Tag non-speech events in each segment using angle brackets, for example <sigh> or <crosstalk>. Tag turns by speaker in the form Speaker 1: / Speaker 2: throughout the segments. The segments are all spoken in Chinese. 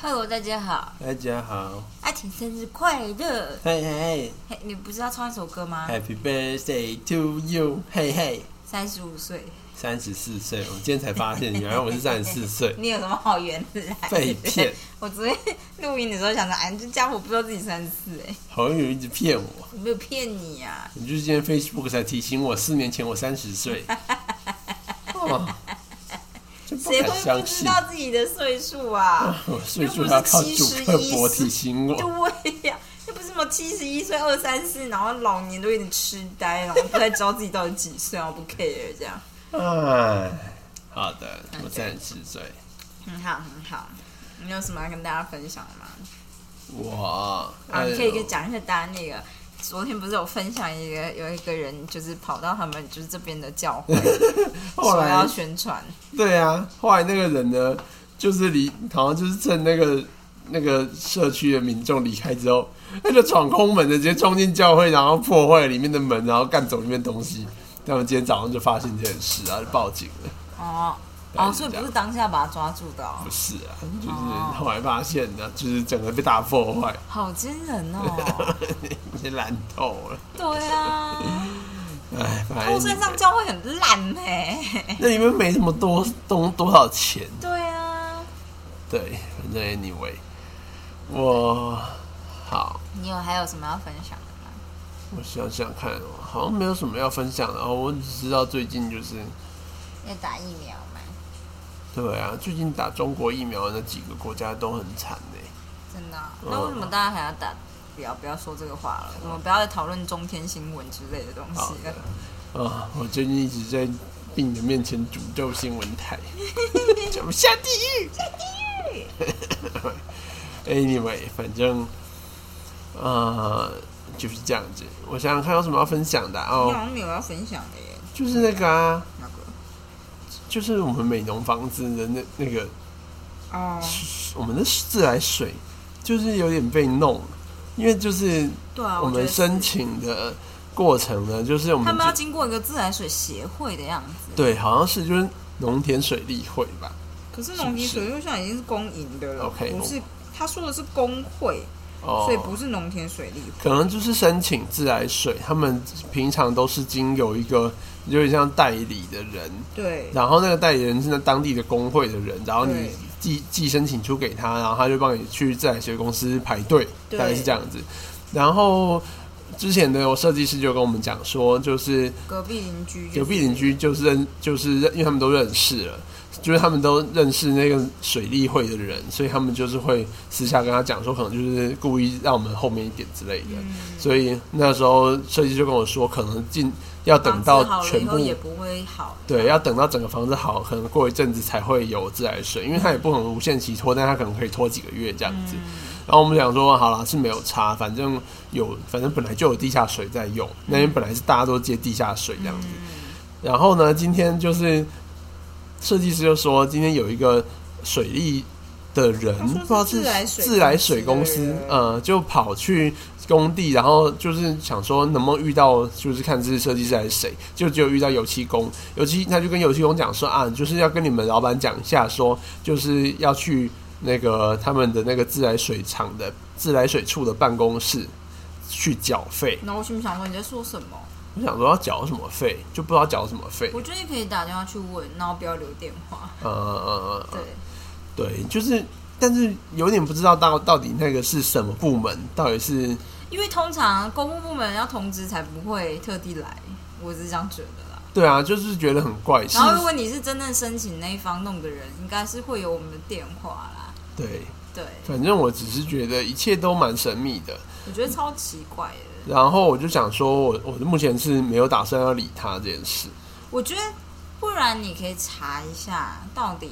Speaker 1: Hello，大家好，
Speaker 2: 大家好，
Speaker 1: 阿婷生日快乐！
Speaker 2: 嘿嘿
Speaker 1: 嘿，你不是要唱一首歌吗
Speaker 2: 嘿？，Happy birthday to you，嘿嘿，
Speaker 1: 三十五岁，
Speaker 2: 三十四岁，我今天才发现，原来我是三十四岁， <laughs>
Speaker 1: 你有什么好圆的来？
Speaker 2: 被骗，
Speaker 1: <laughs> 我昨天录音的时候想着，哎，这家伙不知道自己三十四，哎，
Speaker 2: 好像有一直骗我。
Speaker 1: 我没有骗你啊！
Speaker 2: 你就是今天 Facebook 才提醒我，四年前我三十
Speaker 1: <laughs>
Speaker 2: 岁，哦，就不
Speaker 1: 谁
Speaker 2: 敢
Speaker 1: 会不
Speaker 2: 相
Speaker 1: 知
Speaker 2: 信，
Speaker 1: 道自己的岁数啊？
Speaker 2: <laughs> 我岁数还要靠主刻薄提醒我，
Speaker 1: 对呀、又不是什么七十一岁、二三四，然后老年都有点痴呆，然后不太知道自己到底几岁，然后不 care 这样。
Speaker 2: 哎，好的，我三十四岁，
Speaker 1: 很嗯好，很好。你有什么要跟大家分享的吗？
Speaker 2: 我，
Speaker 1: 啊，你可以跟
Speaker 2: 哎
Speaker 1: 讲一下大家那个，昨天不是有分享一个有一个人就是跑到他们就是这边的教
Speaker 2: <laughs>
Speaker 1: 会，
Speaker 2: 呦后
Speaker 1: 说要
Speaker 2: 来
Speaker 1: 宣传，
Speaker 2: 对啊，后来那个人呢，就是离好像就是趁那个那个社区的民众离开之后，他就闯空门的，直接冲进教会，然后破坏里面的门，然后干走里面东西。他们今天早上就发现这件事啊，就报警了。
Speaker 1: 哦
Speaker 2: 大概
Speaker 1: 哦，
Speaker 2: 是
Speaker 1: 所以不
Speaker 2: 这样
Speaker 1: 是当下把他抓住的、
Speaker 2: <laughs>
Speaker 1: 哦
Speaker 2: 不，是啊，就是
Speaker 1: 哦
Speaker 2: 后来发现呢、就是整个被大破坏， <laughs>
Speaker 1: 好惊人哦！
Speaker 2: 你烂透了。
Speaker 1: 对啊，
Speaker 2: 哎，反
Speaker 1: 后
Speaker 2: 正
Speaker 1: 山
Speaker 2: 你
Speaker 1: 上
Speaker 2: 们
Speaker 1: 教会很烂
Speaker 2: <laughs>
Speaker 1: 哎、
Speaker 2: 那里面没什么多多多少钱，
Speaker 1: 对啊，
Speaker 2: 对，反正 anyway，我好。
Speaker 1: 你有还有什么要分享的吗？
Speaker 2: 我想想看哦，好像没有什么要分享的哦。我只知道最近就是，
Speaker 1: 要打疫苗吗？
Speaker 2: 对啊，最近打中国疫苗的那几个国家都很惨呢。
Speaker 1: 真的哦、
Speaker 2: 嗯
Speaker 1: 那为什么大家还要打？不要不要说这个话
Speaker 2: 哦
Speaker 1: 了，我们不要再讨论中天新闻之类的东
Speaker 2: 好
Speaker 1: 西了
Speaker 2: 的。啊、我最近一直在病人面前诅咒新闻台， <laughs> 怎么下地狱？下地狱！Anyway，反正啊、呃就是这样子。我想想看有什么要分享的
Speaker 1: <laughs>
Speaker 2: 啊
Speaker 1: 你
Speaker 2: 哦，
Speaker 1: 好像没有要分享的耶，
Speaker 2: 就是那个啊，
Speaker 1: 那个
Speaker 2: 就是我们美农房子的那那个
Speaker 1: 哦，
Speaker 2: 我们的自来水就是有点被弄，因为就是
Speaker 1: 对啊，
Speaker 2: 我
Speaker 1: 觉得
Speaker 2: 们
Speaker 1: 是
Speaker 2: 申请的过程呢，就是我
Speaker 1: 他
Speaker 2: 们
Speaker 1: 们要
Speaker 2: 就
Speaker 1: 经过一个自来水协会的样子。
Speaker 2: 对，好像是就是农田水利会吧，
Speaker 1: 可是
Speaker 2: 是不
Speaker 1: 农田
Speaker 2: 是
Speaker 1: 水利会现在已经是公营的了
Speaker 2: OK，
Speaker 1: 不
Speaker 2: 我
Speaker 1: 是他说的是工会，
Speaker 2: 哦
Speaker 1: 所以不是农田水利会。
Speaker 2: 可能就是申请自来水，他们平常都是经有一个有点像代理的人，
Speaker 1: 对，
Speaker 2: 然后那个代理人是那当地的工会的人，然后
Speaker 1: 对
Speaker 2: 你寄寄申请书给他，然后他就帮你去自来水公司排队，
Speaker 1: 对
Speaker 2: 大概是这样子。然后之前的我设计师就跟我们讲说，就是
Speaker 1: 隔壁邻居就是
Speaker 2: 隔壁邻居就是认，就是认因为他们都认识了，就是他们都认识那个水利会的人，所以他们就是会私下跟他讲说，可能就是故意让我们后面一点之类的。
Speaker 1: 嗯
Speaker 2: 所以那时候设计就跟我说，可能进要等
Speaker 1: 房子好
Speaker 2: 到
Speaker 1: 了
Speaker 2: 全
Speaker 1: 以
Speaker 2: 部
Speaker 1: 后也不会好。
Speaker 2: 对，要等到整个房子好，可能过一阵子才会有自来水，因为它也不可能无限期拖，但它可能可以拖几个月这样子。然后我们想说，好啦，是没有差，反正有，反正本来就有地下水在用，那边本来是大家都接地下水这样
Speaker 1: 嗯
Speaker 2: 子。然后呢，今天就是设计师就说，今天有一个水利的人，
Speaker 1: 他说是
Speaker 2: 不知道
Speaker 1: 自来水
Speaker 2: 自来水公
Speaker 1: 公司
Speaker 2: 司
Speaker 1: 的人，
Speaker 2: 呃，就跑去工地，然后就是想说能不能遇到，就是看这是设计师还是谁，就只有遇到油漆工，油漆他就跟油漆工讲说啊，就是要跟你们老板讲一下说就是要去那个他们的那个自来水厂的自来水处的办公室去缴费。
Speaker 1: 然后我心里想说你在说什么？
Speaker 2: 我想说要缴什么费，就不知道缴什么费。
Speaker 1: 我觉得你可以打电话去问，然后不要留电话。
Speaker 2: 呃呃呃
Speaker 1: 对，，
Speaker 2: 对，就是，但是有点不知道到到底那个是什么部门，到底是
Speaker 1: 因为通常公务部门要通知才不会特地来，我是这样觉得啦。
Speaker 2: 对啊，就是觉得很怪。是
Speaker 1: 然后如果你是真正申请那一方弄的人，应该是会有我们的电话啦。
Speaker 2: 对，
Speaker 1: 对，
Speaker 2: 反正我只是觉得一切都蛮神秘的。
Speaker 1: 我觉得超奇怪的。
Speaker 2: 然后我就想说我，我目前是没有打算要理他这件事。
Speaker 1: 我觉得不然你可以查一下，到底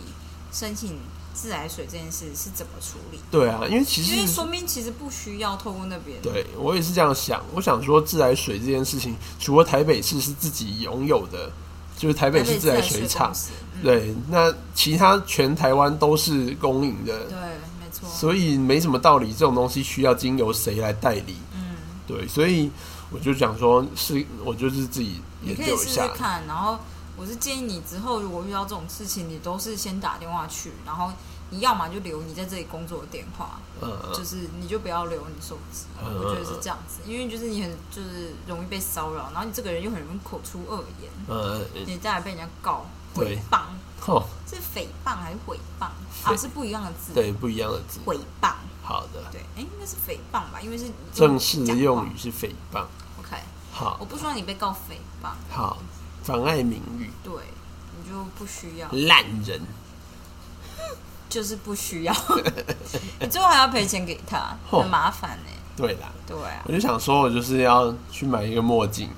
Speaker 1: 申请自来水这件事是怎么处理，
Speaker 2: 对啊，因为其
Speaker 1: 因为
Speaker 2: 实
Speaker 1: 说明其实不需要透过那边。
Speaker 2: 对我也是这样想。我想说，自来水这件事情，除了台北市是自己拥有的，就是台北
Speaker 1: 台
Speaker 2: 市
Speaker 1: 北
Speaker 2: 自来水厂
Speaker 1: 公，司嗯
Speaker 2: 对，那其他全台湾都是公营的，
Speaker 1: 对，没错。
Speaker 2: 所以没什么道理，这种东西需要经由谁来代理？
Speaker 1: 嗯，
Speaker 2: 对，所以我就想说是，我就是自己
Speaker 1: 你
Speaker 2: 研
Speaker 1: 可以
Speaker 2: 究
Speaker 1: 试
Speaker 2: 一
Speaker 1: 试
Speaker 2: 下。
Speaker 1: 看，然后我是建议你之后如果遇到这种事情，你都是先打电话去，然后你要么就留你在这里工作的电话，
Speaker 2: 嗯
Speaker 1: 就是你就不要留你手机，
Speaker 2: 嗯
Speaker 1: 我觉得是这样子，因为就是你很就是容易被骚扰，然后你这个人又很容易口出恶言，
Speaker 2: 嗯，
Speaker 1: 你再来被人家告
Speaker 2: 对
Speaker 1: 诽谤，
Speaker 2: 哦，
Speaker 1: 是诽谤还是诽谤啊？
Speaker 2: 诽
Speaker 1: 是不一样的字，
Speaker 2: 对，不一样的字，
Speaker 1: 诽谤，
Speaker 2: 好的，
Speaker 1: 对，哎、应该是诽谤吧，因为是
Speaker 2: 正式的用
Speaker 1: 语。
Speaker 2: 语是诽谤，
Speaker 1: OK，我
Speaker 2: 好
Speaker 1: 不希望你被告诽谤，
Speaker 2: 好，妨碍名誉，
Speaker 1: 对，你就不需要，
Speaker 2: 烂人，
Speaker 1: 就是不需要， <laughs> 你最后还要赔钱给
Speaker 2: <laughs>
Speaker 1: 他，
Speaker 2: 吼
Speaker 1: 很麻烦呢、
Speaker 2: 对啦，
Speaker 1: 对啊，
Speaker 2: 我就想说，我就是要去买一个墨镜，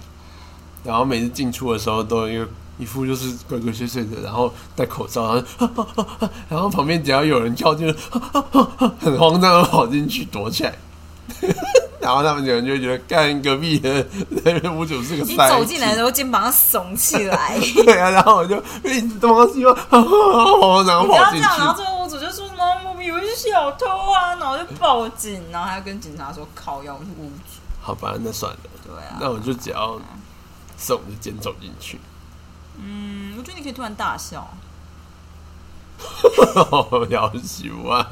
Speaker 2: 然后每次进出的时候都有一个一副就是鬼鬼祟祟的，然后戴口罩，然后、 <laughs> 然后旁边只要有人跳进，就是、 <laughs> 很慌张的跑进去躲起来。 <laughs> 然后他们有人就会觉得，干隔壁的那个屋主是个
Speaker 1: 你
Speaker 2: 塞
Speaker 1: 走进来的
Speaker 2: 子
Speaker 1: 时候肩膀要耸起来，
Speaker 2: <laughs> 对啊，然后我就一直东往西望， <laughs> 然后哎然后
Speaker 1: 不要
Speaker 2: 跑
Speaker 1: 这
Speaker 2: 进
Speaker 1: 样。然后
Speaker 2: 去。
Speaker 1: 最后屋主就说什么我们以为是小偷啊，然后就报警，然后还要跟警察说靠要屋主，
Speaker 2: 好吧，那算了，
Speaker 1: 对啊，
Speaker 2: 那我就只要耸着肩走进去。 <laughs>
Speaker 1: 嗯，我觉得你可以突然大笑，
Speaker 2: 了不起哇！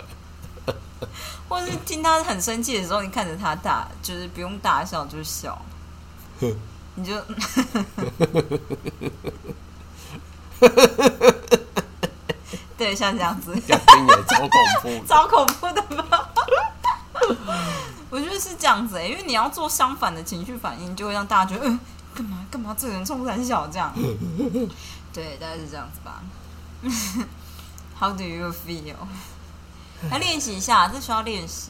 Speaker 1: 或者是听他很生气的时候，你看着他大，就是不用大笑，就是笑，你就 <laughs> 对，像这样子，
Speaker 2: 感觉也超恐怖的。
Speaker 1: 超恐怖的吧？ <laughs> 我觉得是这样子、欸，因为你要做相反的情绪反应，就会让大家觉得，嗯、干嘛干嘛，这个人冲三小这样。对，大概是这样子吧。How do you feel？来练习一下，这需要练习。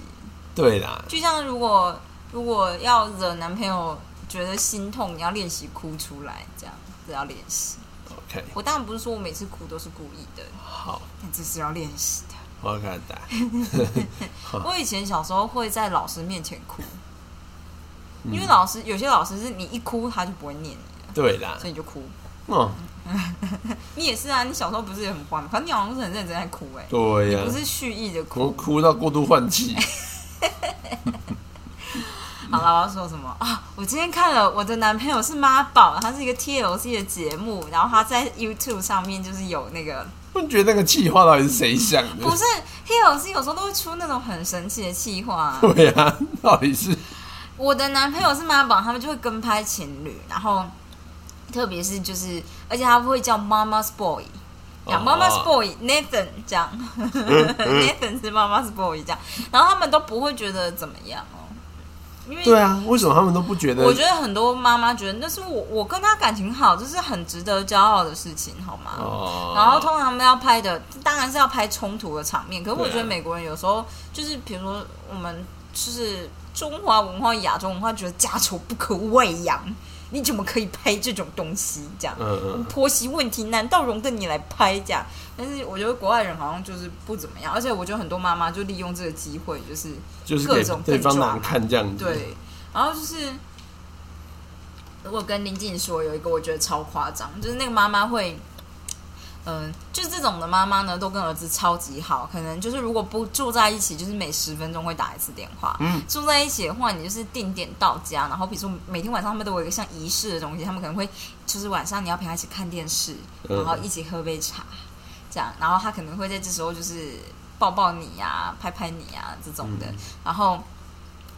Speaker 2: 对啦，
Speaker 1: 就像如果如果要惹男朋友觉得心痛，你要练习哭出来，这样这要练习。
Speaker 2: ，OK，
Speaker 1: 我当然不是说我每次哭都是故意的，
Speaker 2: 好，
Speaker 1: 但这是要练习的。
Speaker 2: 我敢打。
Speaker 1: 我以前小时候会在老师面前哭，
Speaker 2: 嗯
Speaker 1: 因为老师有些老师是你一哭他就不会念你了，
Speaker 2: 对啦
Speaker 1: 所，以你就哭。
Speaker 2: 嗯，
Speaker 1: 你也是啊，你小时候不是也很欢吗？可是你好像是很认真在哭哎、
Speaker 2: 对呀
Speaker 1: 不，是蓄意的
Speaker 2: 我
Speaker 1: 哭。
Speaker 2: 哭到过度换气。
Speaker 1: 好了，我要说什么啊？我今天看了我的男朋友是妈宝，他是一个 TLC 的节目，然后他在 YouTube 上面就是有那个
Speaker 2: 我觉得那个气话到底是谁想的
Speaker 1: 不？是 TLC 有时候都会出那种很神奇的企划、啊。
Speaker 2: 对呀，到底是
Speaker 1: 我的男朋友是妈宝，他们就会跟拍情侣，然后特别是就是，而且他会叫 Mama's Boy，讲
Speaker 2: 哦
Speaker 1: Mama's Boy Nathan 这
Speaker 2: <laughs>
Speaker 1: 样，Nathan 是 Mama's Boy 这样，然后他们都不会觉得怎么样哦，因为
Speaker 2: 对啊？为什么他们都不觉得
Speaker 1: 我？觉得很多妈妈觉得那是我我跟他感情好，这是很值得骄傲的事情，好吗？
Speaker 2: 哦
Speaker 1: 然后通常他们要拍的，当然是要拍冲突的场面。可是我
Speaker 2: 对啊
Speaker 1: 觉得美国人有时候就是，比如说我们就是中华文化、亚洲文化，觉得家丑不可外扬，你怎么可以拍这种东西？这样，
Speaker 2: 嗯嗯
Speaker 1: 婆媳问题难道容得你来拍这样？但是我觉得国外人好像就是不怎么样，而且我觉得很多妈妈就利用这个机会，就是
Speaker 2: 就是
Speaker 1: 各
Speaker 2: 给
Speaker 1: 种
Speaker 2: 对方
Speaker 1: 笨
Speaker 2: 难看这样子。
Speaker 1: 对，然后就是我跟林静说有一个我觉得超夸张，就是那个妈妈会。嗯，就是这种的妈妈呢，都跟儿子超级好，可能就是如果不住在一起，就是每十分钟会打一次电话。
Speaker 2: 嗯，
Speaker 1: 住在一起的话，你就是定点到家，然后比如说每天晚上他们都有一个像仪式的东西，他们可能会就是晚上你要陪他一起看电视，
Speaker 2: 嗯
Speaker 1: 然后一起喝杯茶，这样，然后他可能会在这时候就是抱抱你呀、拍拍你呀、这种的，
Speaker 2: 嗯
Speaker 1: 然后。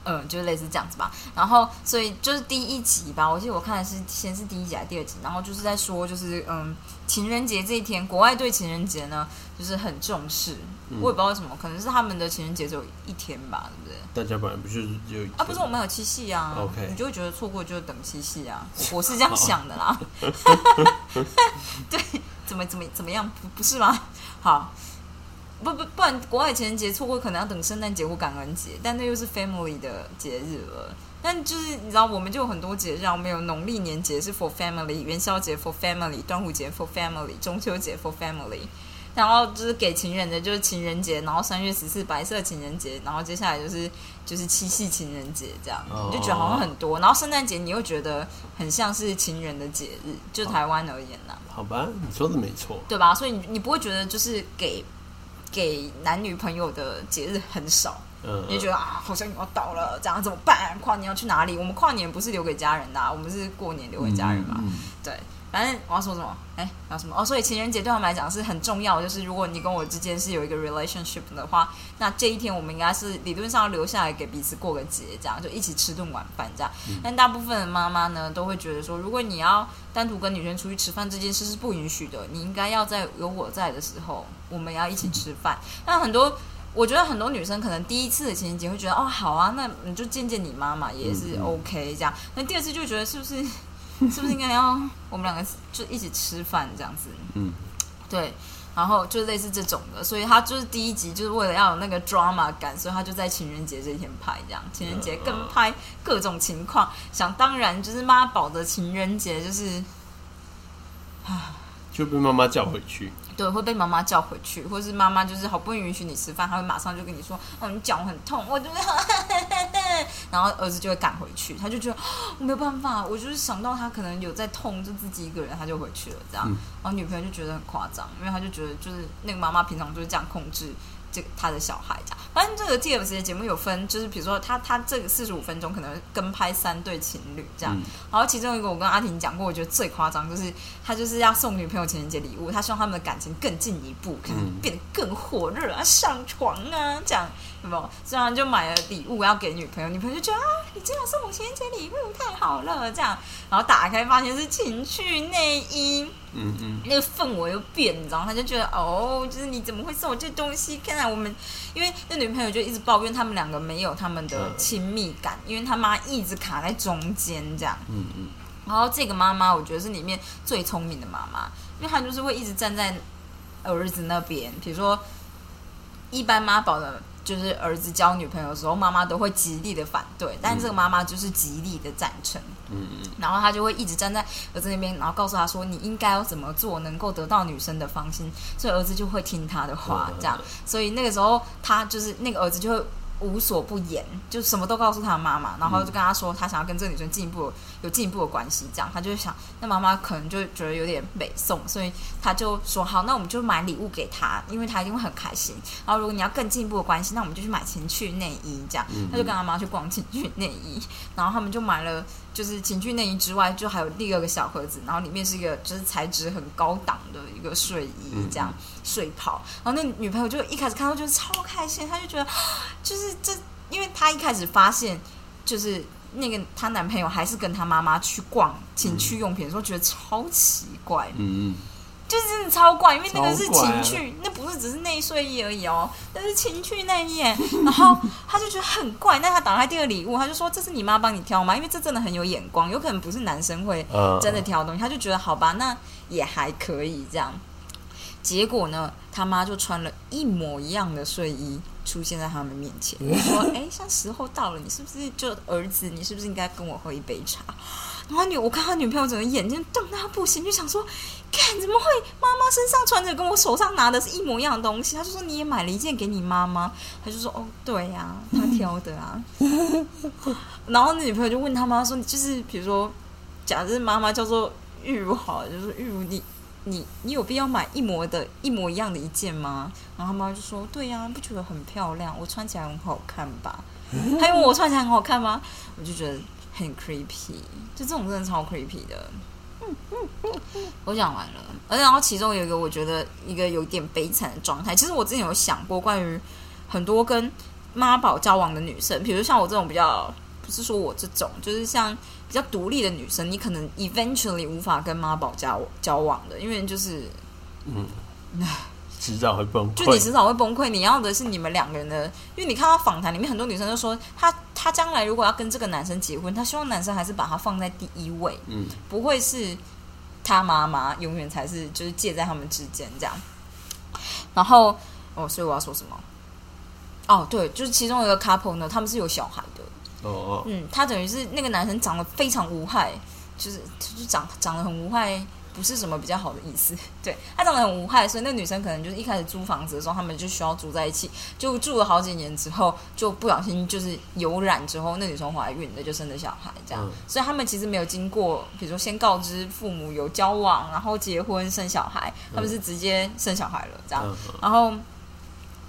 Speaker 1: 嗯，就是类似这样子吧。然后，所以就是第一集吧，我记得我看的是先是第一集还是第二集，然后就是在说，就是嗯，情人节这一天，国外对情人节呢就是很重视，我也不知道为什么，可能是他们的情人节只有一天吧，对不对？
Speaker 2: 大家本来不是就有
Speaker 1: 啊，不是我们有七夕啊
Speaker 2: OK
Speaker 1: 你就会觉得错过就等七夕啊，我是这样想的啦。对，怎么怎么怎么样，不不是吗？好，不不不然国外情人节错过可能要等圣诞节或感恩节，但那又是 family 的节日了。但就是你知道，我们就有很多节日啊，我们有农历年节是 for family，元宵节 for family，端午节 for family，中秋节 for family。然后就是给情人的，就是情人节，然后三月十四白色情人节，然后接下来就是就是七夕情人节这样，
Speaker 2: 哦
Speaker 1: 你就觉得好像很多。然后圣诞节你又觉得很像是情人的节日，就台湾而言呐、
Speaker 2: 好吧？你说的没错，
Speaker 1: 对吧？所以你你不会觉得就是给给男女朋友的节日很少，
Speaker 2: 嗯，
Speaker 1: 你就觉得啊，好像要到了，这样怎么办？跨年要去哪里？我们跨年不是留给家人的啊、我们是过年留给家人嘛。
Speaker 2: 嗯嗯
Speaker 1: 对，反正我要说什么？哎，然后什么？哦，所以情人节对他们来讲是很重要的，就是如果你跟我之间是有一个 relationship 的话，那这一天我们应该是理论上要留下来给彼此过个节，这样就一起吃顿晚饭这样。但大部分的妈妈呢，都会觉得说，如果你要单独跟女生出去吃饭这件事是不允许的，你应该要在有我在的时候，我们要一起吃饭。那很多。我觉得很多女生可能第一次的情人节会觉得哦好啊，那你就见见你妈妈也是 OK 这样。那第二次就觉得是不是是不是应该要我们两个就一起吃饭这样子？
Speaker 2: 嗯，
Speaker 1: 对，然后就类似这种的，所以他就是第一集就是为了要有那个 drama 感，所以他就在情人节这一天拍这样。情人节更拍各种情况，想当然就是妈宝的情人节就是
Speaker 2: 就被妈妈叫回去。
Speaker 1: 对，会被妈妈叫回去，或是妈妈就是好不容易允许你吃饭，她会马上就跟你说，哦，你脚很痛，我就是 <laughs> 然后儿子就会赶回去，他就觉得哦没有办法，我就是想到他可能有在痛，就自己一个人他就回去了这样，
Speaker 2: 嗯
Speaker 1: 然后女朋友就觉得很夸张，因为她就觉得就是那个妈妈平常就是这样控制。这个她的小孩这样，反正这个 TFC 的节目有分，就是比如说他他这个四十五分钟可能跟拍三对情侣这样，
Speaker 2: 嗯
Speaker 1: 然后其中一个我跟阿婷讲过，我觉得最夸张就是他就是要送女朋友情人节礼物，他希望他们的感情更进一步，可能变得更火热啊，上床啊这样，有没有？所以他就买了礼物要给女朋友，女朋友就觉得啊，你竟然送我情人节礼物，太好了这样，然后打开发现是情趣内衣。
Speaker 2: 嗯嗯，
Speaker 1: 那个氛围又变，你知道吗？他就觉得哦，就是你怎么会送我这东西？看来我们，因为那女朋友就一直抱怨他们两个没有他们的
Speaker 2: 嗯
Speaker 1: 亲密感，因为他妈一直卡在中间这样。
Speaker 2: 嗯嗯，
Speaker 1: 然后这个妈妈，我觉得是里面最聪明的妈妈，因为她就是会一直站在儿子那边。比如说，一般妈宝的，就是儿子交女朋友的时候，妈妈都会极力的反对，但这个妈妈就是极力的赞成。
Speaker 2: 嗯嗯，
Speaker 1: 然后他就会一直站在儿子那边，然后告诉他说你应该要怎么做能够得到女生的芳心，所以儿子就会听他的话，
Speaker 2: 嗯
Speaker 1: 这样，所以那个时候他就是那个儿子就会无所不言，就什么都告诉他妈妈，然后就跟他说他想要跟这个女生进一步有进一步的关系，这样他就会想，那妈妈可能就觉得有点北宋，所以他就说好，那我们就买礼物给他，因为他一定会很开心。然后如果你要更进一步的关系，那我们就去买情趣内衣，这样，他就跟他妈去逛情趣内衣，然后他们就买了。就是情趣内衣之外，就还有第二个小盒子，然后里面是一个就是材质很高档的一个睡衣，这
Speaker 2: 嗯
Speaker 1: 样、睡袍。然后那女朋友就一开始看到觉得超开心，她就觉得 <gasps> 就是这，因为她一开始发现就是那个她男朋友还是跟她妈妈去逛情趣用品的时候，觉得超奇怪，
Speaker 2: 嗯嗯，
Speaker 1: 就是真的超怪，因为那个是
Speaker 2: 超怪
Speaker 1: 情
Speaker 2: 啊
Speaker 1: 趣，那不是只是内睡衣而已哦，那是情趣内衣耶。然后他就觉得很怪，那他打开第二个礼物，他就说这是你妈帮你挑吗？因为这真的很有眼光，有可能不是男生会
Speaker 2: 呃
Speaker 1: 真的挑东西，他就觉得好吧，那也还可以这样。结果呢，他妈就穿了一模一样的睡衣出现在他们面前，说：“哎，像时候到了，你是不是就儿子？你是不是应该跟我喝一杯茶？”然后女，我看他女朋友整个眼睛瞪到不行，就想说：“看，怎么会妈妈身上穿着跟我手上拿的是一模一样的东西？”他就说：“你也买了一件给你妈妈。”他就说：“哦，对呀、他挑的啊。” <laughs> 然后那女朋友就问他妈说，就是比如说，假设妈妈叫做玉如好了，就说玉如你你你有必要买一模的一模一样的一件吗？然后他妈就说，对呀、不觉得很漂亮，我穿起来很好看吧？还有我穿起来很好看吗？我就觉得很 creepy，就这种真的超 creepy 的。我讲完了，而然后其中有一个我觉得一个有点悲惨的状态，其实我之前有想过关于很多跟妈宝交往的女生，比如像我这种比较不是说我这种，就是像比较独立的女生，你可能 eventually 无法跟妈宝交交往的，因为就是
Speaker 2: 迟早会崩
Speaker 1: 就你
Speaker 2: 溃。
Speaker 1: 迟早会崩溃。你要的是你们两个人的，因为你看到访谈里面很多女生都说，她她将来如果要跟这个男生结婚，她希望男生还是把她放在第一位，
Speaker 2: 嗯
Speaker 1: 不会是他妈妈永远才是就是介在他们之间这样。然后哦，所以我要说什么？哦，对，就是其中有一个 couple 呢，他们是有小孩的，
Speaker 2: 哦哦，
Speaker 1: 嗯，他等于是那个男生长得非常无害，就是就是长长得很无害，不是什么比较好的意思。 <laughs> 对他长得很无害，所以那个女生可能就是一开始租房子的时候，他们就需要住在一起，就住了好几年之后，就不小心就是有染之后，那女生怀孕了，就生了小孩这样。
Speaker 2: 嗯
Speaker 1: 所以他们其实没有经过，比如说先告知父母有交往，然后结婚生小孩，他们是直接生小孩了这样。
Speaker 2: 嗯嗯
Speaker 1: 然后，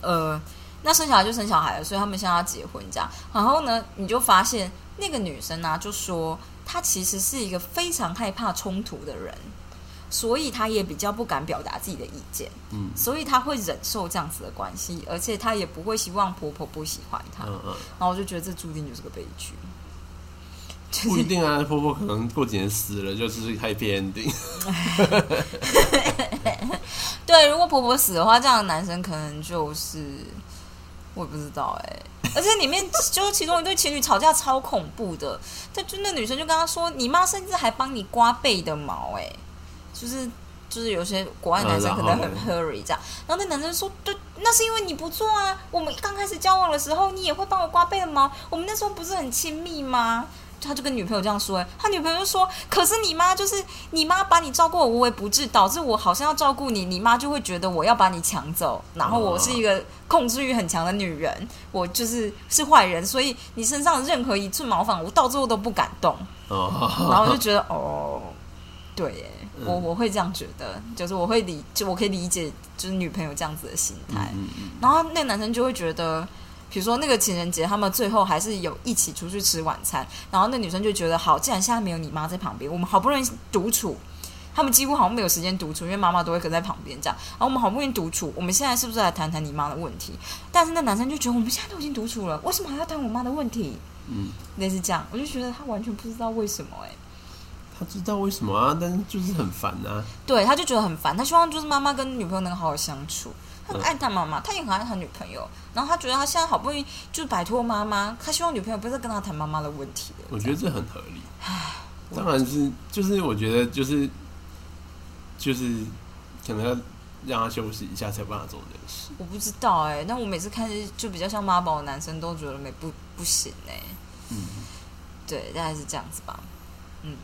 Speaker 1: 呃，那生小孩就生小孩了，所以他们现在要结婚这样。然后呢，你就发现啊那个女生呢、就说她其实是一个非常害怕冲突的人，所以他也比较不敢表达自己的意见，
Speaker 2: 嗯
Speaker 1: 所以他会忍受这样子的关系，而且他也不会希望婆婆不喜欢他。
Speaker 2: 嗯嗯，
Speaker 1: 然后我就觉得这注定就是个悲剧，
Speaker 2: 不一定啊，婆婆可能过几年死了，就是开 a p ending。
Speaker 1: 对，如果婆婆死的话，这样的男生可能就是我也不知道哎、而且里面就是其中一对情侣吵架超恐怖的，但就那女生就跟他说：“你妈甚至还帮你刮背的毛、哎，就是就是有些国外男生可能很
Speaker 2: 嗯
Speaker 1: hurry 这样，然后那男生说：对，那是因为你不做啊，我们刚开始交往的时候，你也会帮我刮背的毛，我们那时候不是很亲密吗？”他就跟女朋友这样说、哎他女朋友就说：“可是你妈就是你妈把你照顾我无微不至，导致我好像要照顾你，你妈就会觉得我要把你抢走，然后我是一个控制欲很强的女人，我就是是坏人，所以你身上任何一寸毛发，我到最后都不敢动。”然后我
Speaker 2: 哦，
Speaker 1: 就觉得哦，对耶，我我会这样觉得，就是我会理，就我可以理解，就是女朋友这样子的心态。
Speaker 2: 嗯嗯
Speaker 1: 然后那个男生就会觉得，比如说那个情人节，他们最后还是有一起出去吃晚餐，然后那女生就觉得，好，既然现在没有你妈在旁边，我们好不容易独处。他们几乎好像没有时间独处，因为妈妈都会跟在旁边这样。然后我们好不容易独处，我们现在是不是来谈谈你妈的问题？但是那男生就觉得我们现在都已经独处了，为什么还要谈我妈的问题？
Speaker 2: 嗯，
Speaker 1: 类似这样，我就觉得他完全不知道为什么哎、
Speaker 2: 他知道为什么啊，但是就是很烦啊。
Speaker 1: 对，他就觉得很烦，他希望就是妈妈跟女朋友能好好相处。他很爱他妈妈，他也很爱他女朋友。然后他觉得他现在好不容易就是摆脱妈妈，他希望女朋友不要再跟他谈妈妈的问题了。
Speaker 2: 我觉得这很合理。当然是，就是我觉得就是就是可能要让他休息一下，才有办法做这个事。
Speaker 1: 我不知道哎、但我每次看就比较像妈宝的男生都觉得没不不行哎、
Speaker 2: 嗯，
Speaker 1: 对，大概是这样子吧。嗯，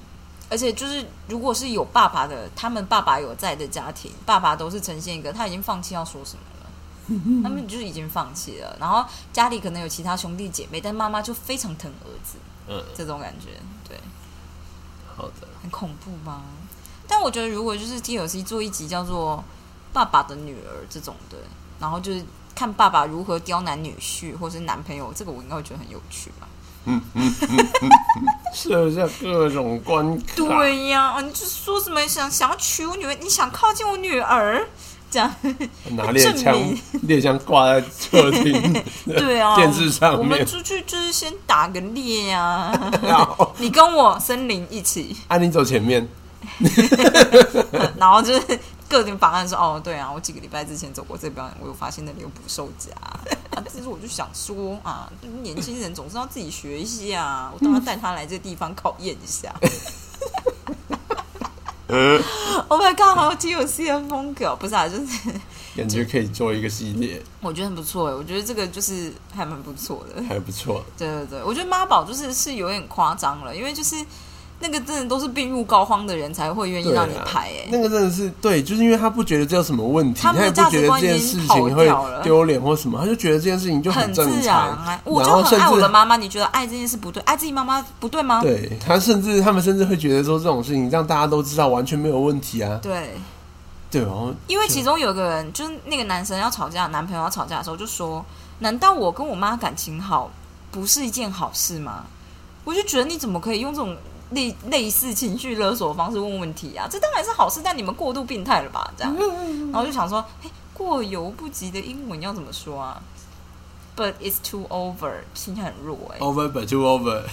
Speaker 1: 而且就是如果是有爸爸的，他们爸爸有在的家庭，爸爸都是呈现一个他已经放弃要说什么了。他们就是已经放弃了，然后家里可能有其他兄弟姐妹，但妈妈就非常疼儿子，
Speaker 2: 嗯，
Speaker 1: 这种感觉，对，
Speaker 2: 好的，
Speaker 1: 很恐怖吧？但我觉得如果就是 TLC 做一集叫做《爸爸的女儿》这种的，然后就是看爸爸如何刁难女婿或是男朋友，这个我应该会觉得很有趣吧？
Speaker 2: 设下各种关卡。
Speaker 1: 对呀、哦，你就说什么想想要娶我女儿，你想靠近我女儿，这
Speaker 2: <laughs>
Speaker 1: 样
Speaker 2: 拿猎枪
Speaker 1: 证明，
Speaker 2: 猎枪挂在客 <laughs> 厅
Speaker 1: 对啊，
Speaker 2: 电视上
Speaker 1: 我们
Speaker 2: 面。
Speaker 1: 出去就是先打个猎呀、
Speaker 2: 然后
Speaker 1: 你跟我森林一起，
Speaker 2: 安啊妮走前面，
Speaker 1: 然后就是各种方案说，哦，对啊，我几个礼拜之前走过这边，我有发现那里有捕兽夹。 <laughs> 啊，其实我就想说啊，年轻人总是要自己学一下，我当然带他来这个地方考验一下。 <laughs>
Speaker 2: 呃，
Speaker 1: oh my god，好有 TLC 的风格哦，不是啊，就是 <laughs>
Speaker 2: 感觉可以做一个系列，
Speaker 1: 我觉得很不错哎，我觉得这个就是还蛮不错的。 <laughs>
Speaker 2: 还不错。
Speaker 1: 对对对，我觉得妈宝就是是有点夸张了，因为就是那个真的都是病入膏肓的人才会愿意
Speaker 2: 对啊
Speaker 1: 让你拍哎、
Speaker 2: 那个真的是对，就是因为他不觉得这有什么问题，
Speaker 1: 他
Speaker 2: 他
Speaker 1: 们的
Speaker 2: 也不觉得这件事情会丢脸或什么，他就觉得这件事情就
Speaker 1: 很
Speaker 2: 正
Speaker 1: 自然
Speaker 2: 常。
Speaker 1: 啊！我
Speaker 2: 然
Speaker 1: 就
Speaker 2: 后甚
Speaker 1: 很爱我的
Speaker 2: 至
Speaker 1: 妈妈，你觉得爱这件事不对，爱自己妈妈不对吗？
Speaker 2: 对他甚至他们甚至会觉得说这种事情让大家都知道完全没有问题啊。
Speaker 1: 对
Speaker 2: 对，然后
Speaker 1: 因为其中有一个人，就是那个男生要吵架，男朋友要吵架的时候，就说：“难道我跟我妈感情好不是一件好事吗？”我就觉得你怎么可以用这种类类似情绪勒索的方式问问题啊？这当然是好事，但你们过度病态了吧？这样，
Speaker 2: 嗯
Speaker 1: 然后我就想说，哎，过犹不及的英文要怎么说啊？But it's too over，听起来很弱哎、
Speaker 2: over but too over，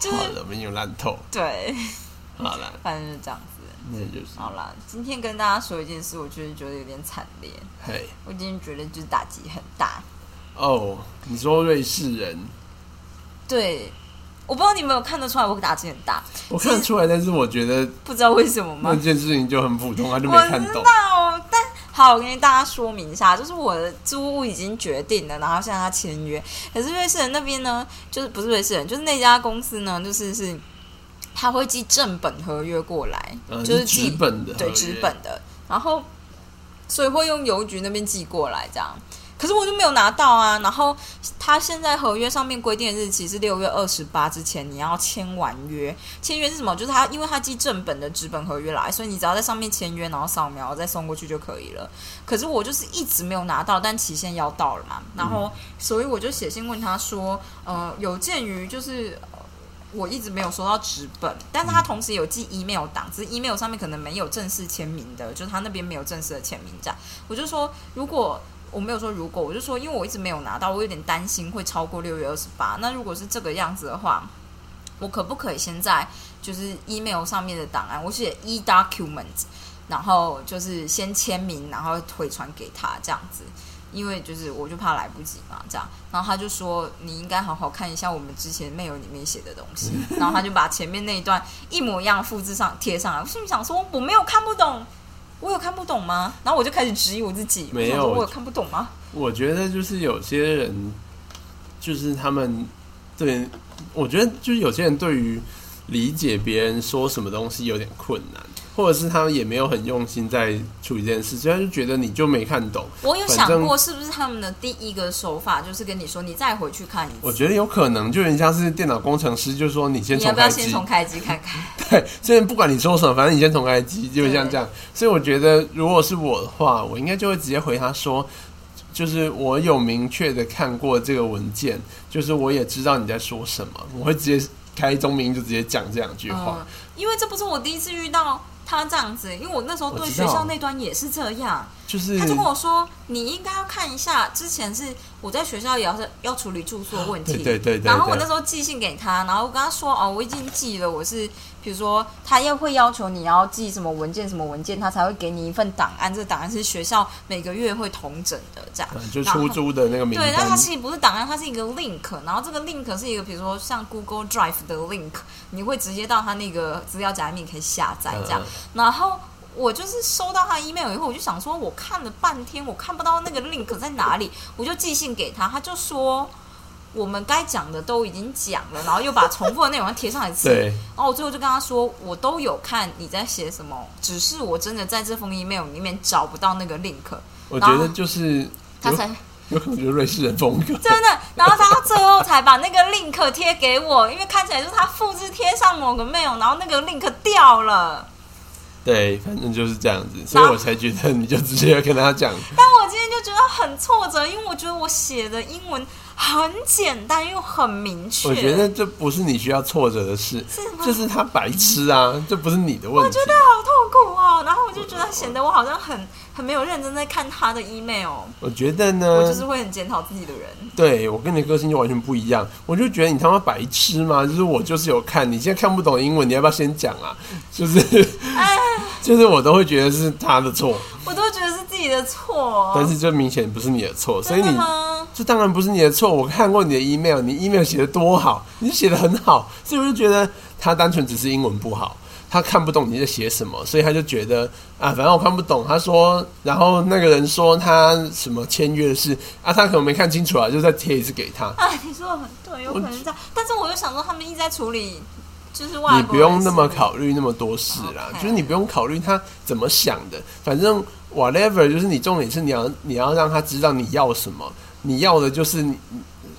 Speaker 1: 就是
Speaker 2: 好了，没有烂透，
Speaker 1: 对，
Speaker 2: 好了，
Speaker 1: 反正就是这样子。
Speaker 2: 那就是
Speaker 1: 好啦，今天跟大家说一件事，我觉得觉得有点惨烈，
Speaker 2: 嘿
Speaker 1: 我今天觉得就是打击很大。
Speaker 2: 哦，你说瑞士人，
Speaker 1: 对，我不知道你们有看得出来我打击很大，
Speaker 2: 我看得出来，但是我觉得
Speaker 1: 不知道为什么吗
Speaker 2: 那？件事情就很普通，他就没
Speaker 1: 我
Speaker 2: 看
Speaker 1: 知
Speaker 2: 懂。
Speaker 1: 道，但好，我跟大家说明一下，就是我的租屋已经决定了，然后现在他签约，可是瑞士人那边呢，就是不是瑞士人，就是那家公司呢，就是是他会寄正本合约过来，
Speaker 2: 嗯
Speaker 1: 就是寄
Speaker 2: 纸本的合
Speaker 1: 对
Speaker 2: 约
Speaker 1: 纸本的，然后所以会用邮局那边寄过来这样。可是我就没有拿到啊，然后他现在合约上面规定的日期是六月二十八之前你要签完约，签约是什么？就是他因为他寄正本的纸本合约来，所以你只要在上面签约，然后扫描再送过去就可以了。可是我就是一直没有拿到，但期限要到了嘛，然后所以我就写信问他说，呃，有鉴于就是。呃我一直没有收到纸本，但是他同时有寄 email 档，只是 email 上面可能没有正式签名的，就是他那边没有正式的签名这样。我就说，如果我没有说如果，我就说，因为我一直没有拿到，我有点担心会超过六月二十八。那如果是这个样子的话，我可不可以先在就是 email 上面的档案，我写 e document，然后就是先签名，然后回传给他这样子。因为就是我就怕来不及嘛，这样，然后他就说你应该好好看一下我们之前内容里面写的东
Speaker 2: <laughs>
Speaker 1: 西，然后他就把前面那一段一模一样复制上贴上来，我心里想说我没有看不懂，我有看不懂吗？然后我就开始质疑我自己，
Speaker 2: 没
Speaker 1: 我
Speaker 2: 有
Speaker 1: 想说我有看不懂吗？
Speaker 2: 我觉得就是有些人，就是他们对，我觉得就是有些人对于理解别人说什么东西有点困难，或者是他也没有很用心在处理这件事，所以他就觉得你就没看懂。
Speaker 1: 我有
Speaker 2: 反
Speaker 1: 想
Speaker 2: 正
Speaker 1: 过是不是他们的第一个手法就是跟你说你再回去看一次，
Speaker 2: 我觉得有可能就有点像是电脑工程师，就是说你先
Speaker 1: 你要
Speaker 2: 重
Speaker 1: 不要
Speaker 2: 开
Speaker 1: 先
Speaker 2: 机，
Speaker 1: 从开机看
Speaker 2: <laughs>
Speaker 1: 看？
Speaker 2: 对，所以不管你说什么，反正你先重开机，就像这样。所以我觉得，如果是我的话，我应该就会直接回他说，就是我有明确的看过这个文件，就是我也知道你在说什么，我会直接开宗明义就直接讲这两句话
Speaker 1: 嗯。，因为这不是我第一次遇到他这样子，因为我那时候
Speaker 2: 我
Speaker 1: 对
Speaker 2: 知
Speaker 1: 学
Speaker 2: 道嗯
Speaker 1: 校那段也是这样。
Speaker 2: 就是
Speaker 1: 嗯他就跟我说，你应该要看一下，之前是我在学校也要是要处理住宿的问题，
Speaker 2: 对对对对
Speaker 1: 然后我
Speaker 2: 对
Speaker 1: 那时候寄信给他，然后我跟他说，哦，我已经寄了，我是比如说他要会要求你要寄什么文件什么文件，他才会给你一份档案，这个档案是学校每个月会统整的这样
Speaker 2: 呃。就
Speaker 1: 然后
Speaker 2: 出租的那个名
Speaker 1: 对，但它
Speaker 2: 单，
Speaker 1: 其实不是档案，它是一个 link，然后这个 link 是一个比如说像 Google Drive 的 link，你会直接到它那个资料夹里面可以下载这样。
Speaker 2: 嗯
Speaker 1: 然后我就是收到他 email 以后，我就想说，我看了半天，我看不到那个 link 在哪里，我就寄信给他，他就说。我们该讲的都已经讲了，然后又把重复的内容贴上来一次，
Speaker 2: 对，
Speaker 1: 然后我最后就跟他说，我都有看你在写什么，只是我真的在这封 email 里面找不到那个 link，
Speaker 2: 我
Speaker 1: 然
Speaker 2: 觉
Speaker 1: 后
Speaker 2: 得就是
Speaker 1: 他才
Speaker 2: 有有可能就是瑞士人风格。
Speaker 1: 真的。然后他到最后才把那个 link 贴给我，因为看起来就是他复制贴上某个 mail，然后那个 link 掉了。
Speaker 2: 对，反正就是这样子，所以我才觉得你就直接跟他讲，
Speaker 1: 但我今天就觉得很挫折，因为我觉得我写的英文很简单又很明确。
Speaker 2: 我觉得这不是你需要挫折的事，
Speaker 1: 是吗
Speaker 2: 这是他白痴啊，这不是你的问
Speaker 1: 我
Speaker 2: 题
Speaker 1: 觉。得好痛苦哦，然后我就觉得显得我好像很很没有认真在看他的 email，
Speaker 2: 我觉得呢，
Speaker 1: 我就是会很检讨自己的人。
Speaker 2: 对我跟你的个性就完全不一样，我就觉得你他妈白痴嘛，就是我就是有看，你现在看不懂英文，你要不要先讲啊？就是 <laughs>
Speaker 1: 哎，
Speaker 2: 就是我都会觉得是他的错，
Speaker 1: 我都觉得是自己的错。
Speaker 2: 但是这明显不是你的错，所以
Speaker 1: 哦真的
Speaker 2: 你
Speaker 1: 吗？
Speaker 2: 这当然不是你的错。我看过你的 email，你 email 写的多好，你写的很好，所以我就觉得他单纯只是英文不好，他看不懂你在写什么，所以他就觉得啊，反正我看不懂。他说，然后那个人说他什么签约的事啊，他可能没看清楚啊，就再贴一次
Speaker 1: <laughs>
Speaker 2: 给他。
Speaker 1: 啊，你说的很对，有可能是这样，但是我又想说他们一直在处理，就是外国
Speaker 2: 你
Speaker 1: 人
Speaker 2: 不用那么
Speaker 1: 事务
Speaker 2: 考虑那么多事啦
Speaker 1: OK
Speaker 2: 就是你不用考虑他怎么想的，反正 whatever，就是你重点是你要你要让他知道你要什么，你要的就是你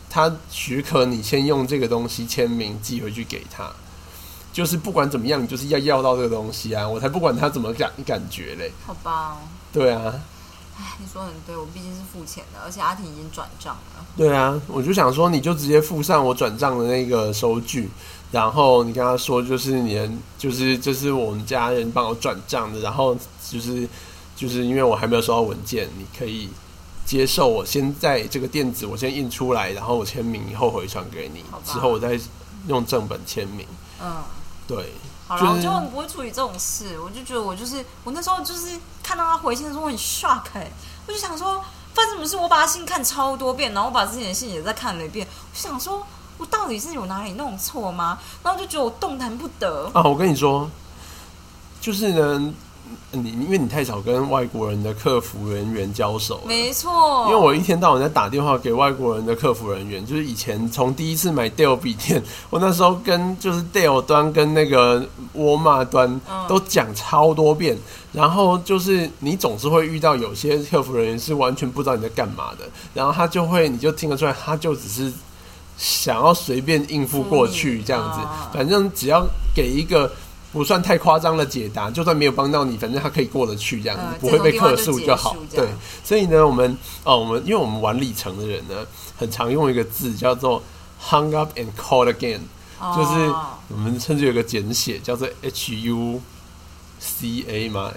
Speaker 2: 他许可你先用这个东西签名寄回去给他，就是不管怎么样，你就是要要到这个东西啊，我才不管他怎么感感觉嘞，
Speaker 1: 好吧，哎
Speaker 2: 对啊，
Speaker 1: 你说的很对，我毕竟是付钱的，而且阿婷已经转账了。
Speaker 2: 对啊，我就想说，你就直接附上我转账的那个收据，然后你跟他说，就是你的，就是这、是我们家人帮我转账的，然后就是就是因为我还没有收到文件，你可以接受我先在这个电子我先印出来，然后我签名以后回传给你
Speaker 1: 好吧，
Speaker 2: 之后我再用正本签名。
Speaker 1: 嗯，
Speaker 2: 对，
Speaker 1: 好
Speaker 2: 就
Speaker 1: 了，
Speaker 2: 是
Speaker 1: 我就很不会处理这种事，我就觉得我就是我那时候就是看到他回信的时候我很 shock 哎、我就想说发生什么事？我把他信看超多遍，然后我把之前的信也再看了一遍，我想说我到底是有哪里弄错吗？然后就觉得我动弹不得。
Speaker 2: 啊，我跟你说，就是呢，你因为你太少跟外国人的客服人员交手了，
Speaker 1: 没错，
Speaker 2: 因为我一天到晚在打电话给外国人的客服人员，就是以前从第一次买 Dell 笔电， <laughs> 我那时候跟就是 Dell 端跟那个沃尔玛端
Speaker 1: 嗯
Speaker 2: 都讲超多遍，然后就是你总是会遇到有些客服人员是完全不知道你在干嘛的，然后他就会你就听得出来，他就只是想要随便应付过去这样子
Speaker 1: 啊，
Speaker 2: 反正只要给一个。不算太夸张的解答，就算没有帮到你，反正他可以过得去这样子，
Speaker 1: 嗯
Speaker 2: 不会被客诉
Speaker 1: 这种地方就
Speaker 2: 好
Speaker 1: 结束。这
Speaker 2: 对
Speaker 1: 样，
Speaker 2: 所以呢，我们哦，我们因为我们玩里程的人呢，很常用一个字叫做 “hung up and called again”，
Speaker 1: 哦
Speaker 2: 就是我们甚至有个简写叫做 HUCA
Speaker 1: 为什么 and
Speaker 2: 嘛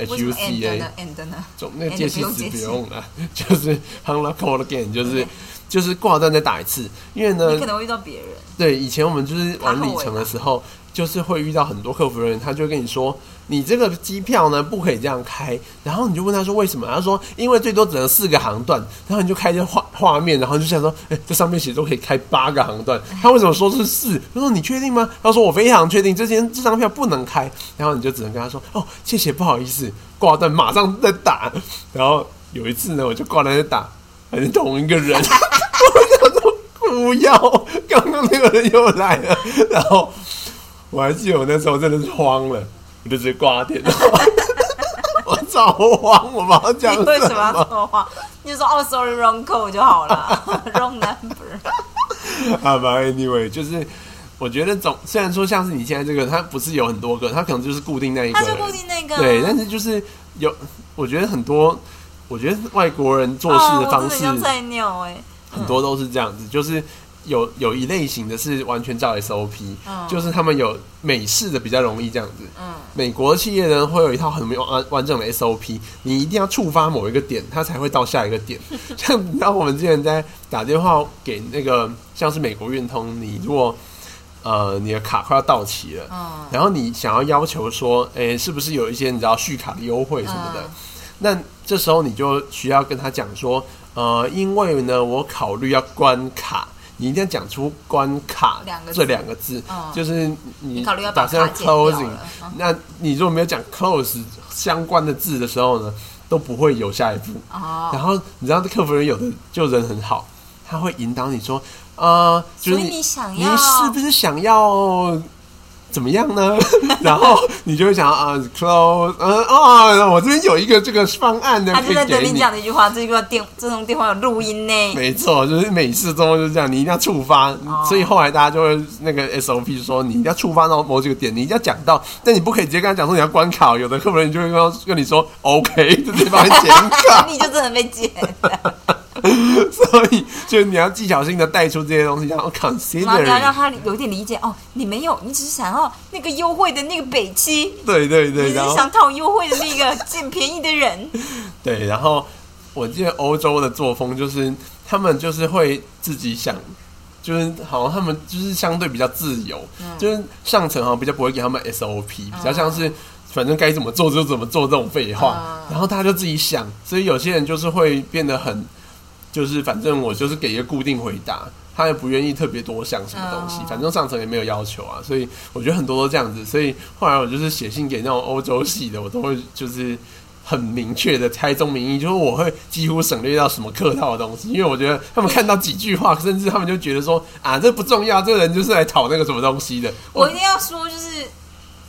Speaker 1: 呢
Speaker 2: ，HUCA，
Speaker 1: and 呢？
Speaker 2: 总那个
Speaker 1: and
Speaker 2: 介系
Speaker 1: 不用
Speaker 2: 词
Speaker 1: 介
Speaker 2: 不
Speaker 1: 系
Speaker 2: 用了，就是 hung up call again，就是
Speaker 1: Okay
Speaker 2: 就是挂断再打一次，因为呢
Speaker 1: 你可，能会遇到别人，
Speaker 2: 对，以前我们就是玩
Speaker 1: 他后
Speaker 2: 里
Speaker 1: 悔
Speaker 2: 程
Speaker 1: 吧
Speaker 2: 的时候，就是会遇到很多客服人员，他就会跟你说，你这个机票呢不可以这样开，然后你就问他说为什么，他说因为最多只能四个航段，然后你就开这画画面，然后你就想说，哎、这上面写都可以开八个航段，他为什么说是四？他说你确定吗？他说我非常确定，这间这张票不能开，然后你就只能跟他说，哦，谢谢，不好意思，挂断，马上再打。然后有一次呢，我就挂断再打，还是同一个人。 <laughs> 不要，刚刚那个人又来了，然后我还记得我那时候真的是慌了，我就直接挂电话，我超慌，我把它讲
Speaker 1: 你为什
Speaker 2: 什
Speaker 1: 么要
Speaker 2: 么
Speaker 1: 说话？你就说哦，sorry wrong call 就好了 <laughs> ，wrong number。
Speaker 2: 啊？反正 anyway 就是。我觉得总虽然说像是你现在这个，它不是有很多个，它可能就是固定那一个
Speaker 1: 他
Speaker 2: 人，
Speaker 1: 就固定那个啊，
Speaker 2: 对，但是就是有，我觉得很多，我觉得外国人做事的
Speaker 1: 哦
Speaker 2: 方
Speaker 1: 我真
Speaker 2: 式，
Speaker 1: 的像菜鸟哎、
Speaker 2: 很多都是这样子，就是有有一类型的是完全照 SOP，、
Speaker 1: 嗯
Speaker 2: 就是他们有美式的比较容易这样子。
Speaker 1: 嗯
Speaker 2: 美国企业呢会有一套很完完整的 SOP，你一定要触发某一个点，它才会到下一
Speaker 1: <laughs>
Speaker 2: 个点。像你知道我们之前在打电话给那个像是美国运通，你如果呃你的卡快要到期了，
Speaker 1: 嗯，
Speaker 2: 然后你想要要求说，诶、是不是有一些你知道续卡的优惠什么的？
Speaker 1: 嗯
Speaker 2: 那这时候你就需要跟他讲说，呃，因为呢，我考虑要关卡，你一定要讲出“关卡”
Speaker 1: 两个字
Speaker 2: 这两个字，
Speaker 1: 嗯
Speaker 2: 就是你
Speaker 1: 你考虑要把
Speaker 2: 打算
Speaker 1: 卡
Speaker 2: 要
Speaker 1: 剪掉
Speaker 2: closing，
Speaker 1: 了嗯
Speaker 2: 那你如果没有讲 close 相关的字的时候呢，都不会有下一步。
Speaker 1: 哦，
Speaker 2: 然后你知道客服人有的就人很好，他会引导你说，呃，就
Speaker 1: 所
Speaker 2: 是
Speaker 1: 以你想
Speaker 2: 你
Speaker 1: 要
Speaker 2: 是不是想要怎么样呢？ <laughs> 然后你就会想啊、close，嗯、啊、我这边有一个这个方案呢，
Speaker 1: 他
Speaker 2: 可
Speaker 1: 就在
Speaker 2: 以
Speaker 1: 等
Speaker 2: 给
Speaker 1: 你
Speaker 2: 你。
Speaker 1: 讲那句话，这句话电这通电话有录音呢。，
Speaker 2: 没错，就是每次都就是这样，你一定要触发，所以后来大家就会那个 SOP 说，你一定要触发到某几个点，你一定要讲到，但你不可以直接跟他讲说你要关卡，有的客服人就会跟他跟你说 OK，就直接帮你剪
Speaker 1: <laughs>
Speaker 2: 卡
Speaker 1: 你就真的被剪了，
Speaker 2: <laughs> 所以就是你要技巧性的带出这些东西，然后
Speaker 1: 然后
Speaker 2: consider，
Speaker 1: 你要让他有点理解哦，你没有，你只是想要那个优惠的那个北七，
Speaker 2: 对对对，
Speaker 1: 你只
Speaker 2: 然
Speaker 1: 是
Speaker 2: 后
Speaker 1: 想讨优惠的那个捡便宜的人，
Speaker 2: 对，然后我记得欧洲的作风就是他们就是会自己想，就是好像他们就是相对比较自由，
Speaker 1: 嗯
Speaker 2: 就是上层好像比较不会给他们 SOP，比较像是反正该怎么做就怎么做这种废话，
Speaker 1: 嗯
Speaker 2: 然后大家就自己想，所以有些人就是会变得很，就是反正我就是给一个固定回答。他也不愿意特别多想什么东西
Speaker 1: 嗯
Speaker 2: 反正上层也没有要求啊，所以我觉得很多都这样子。所以后来我就是写信给那种欧洲系的，我都会就是很明确的猜中民意，就是我会几乎省略掉什么客套的东西，因为我觉得他们看到几句话，甚至他们就觉得说啊，这不重要，这个人就是来讨那个什么东西的。
Speaker 1: 我一定要说，就是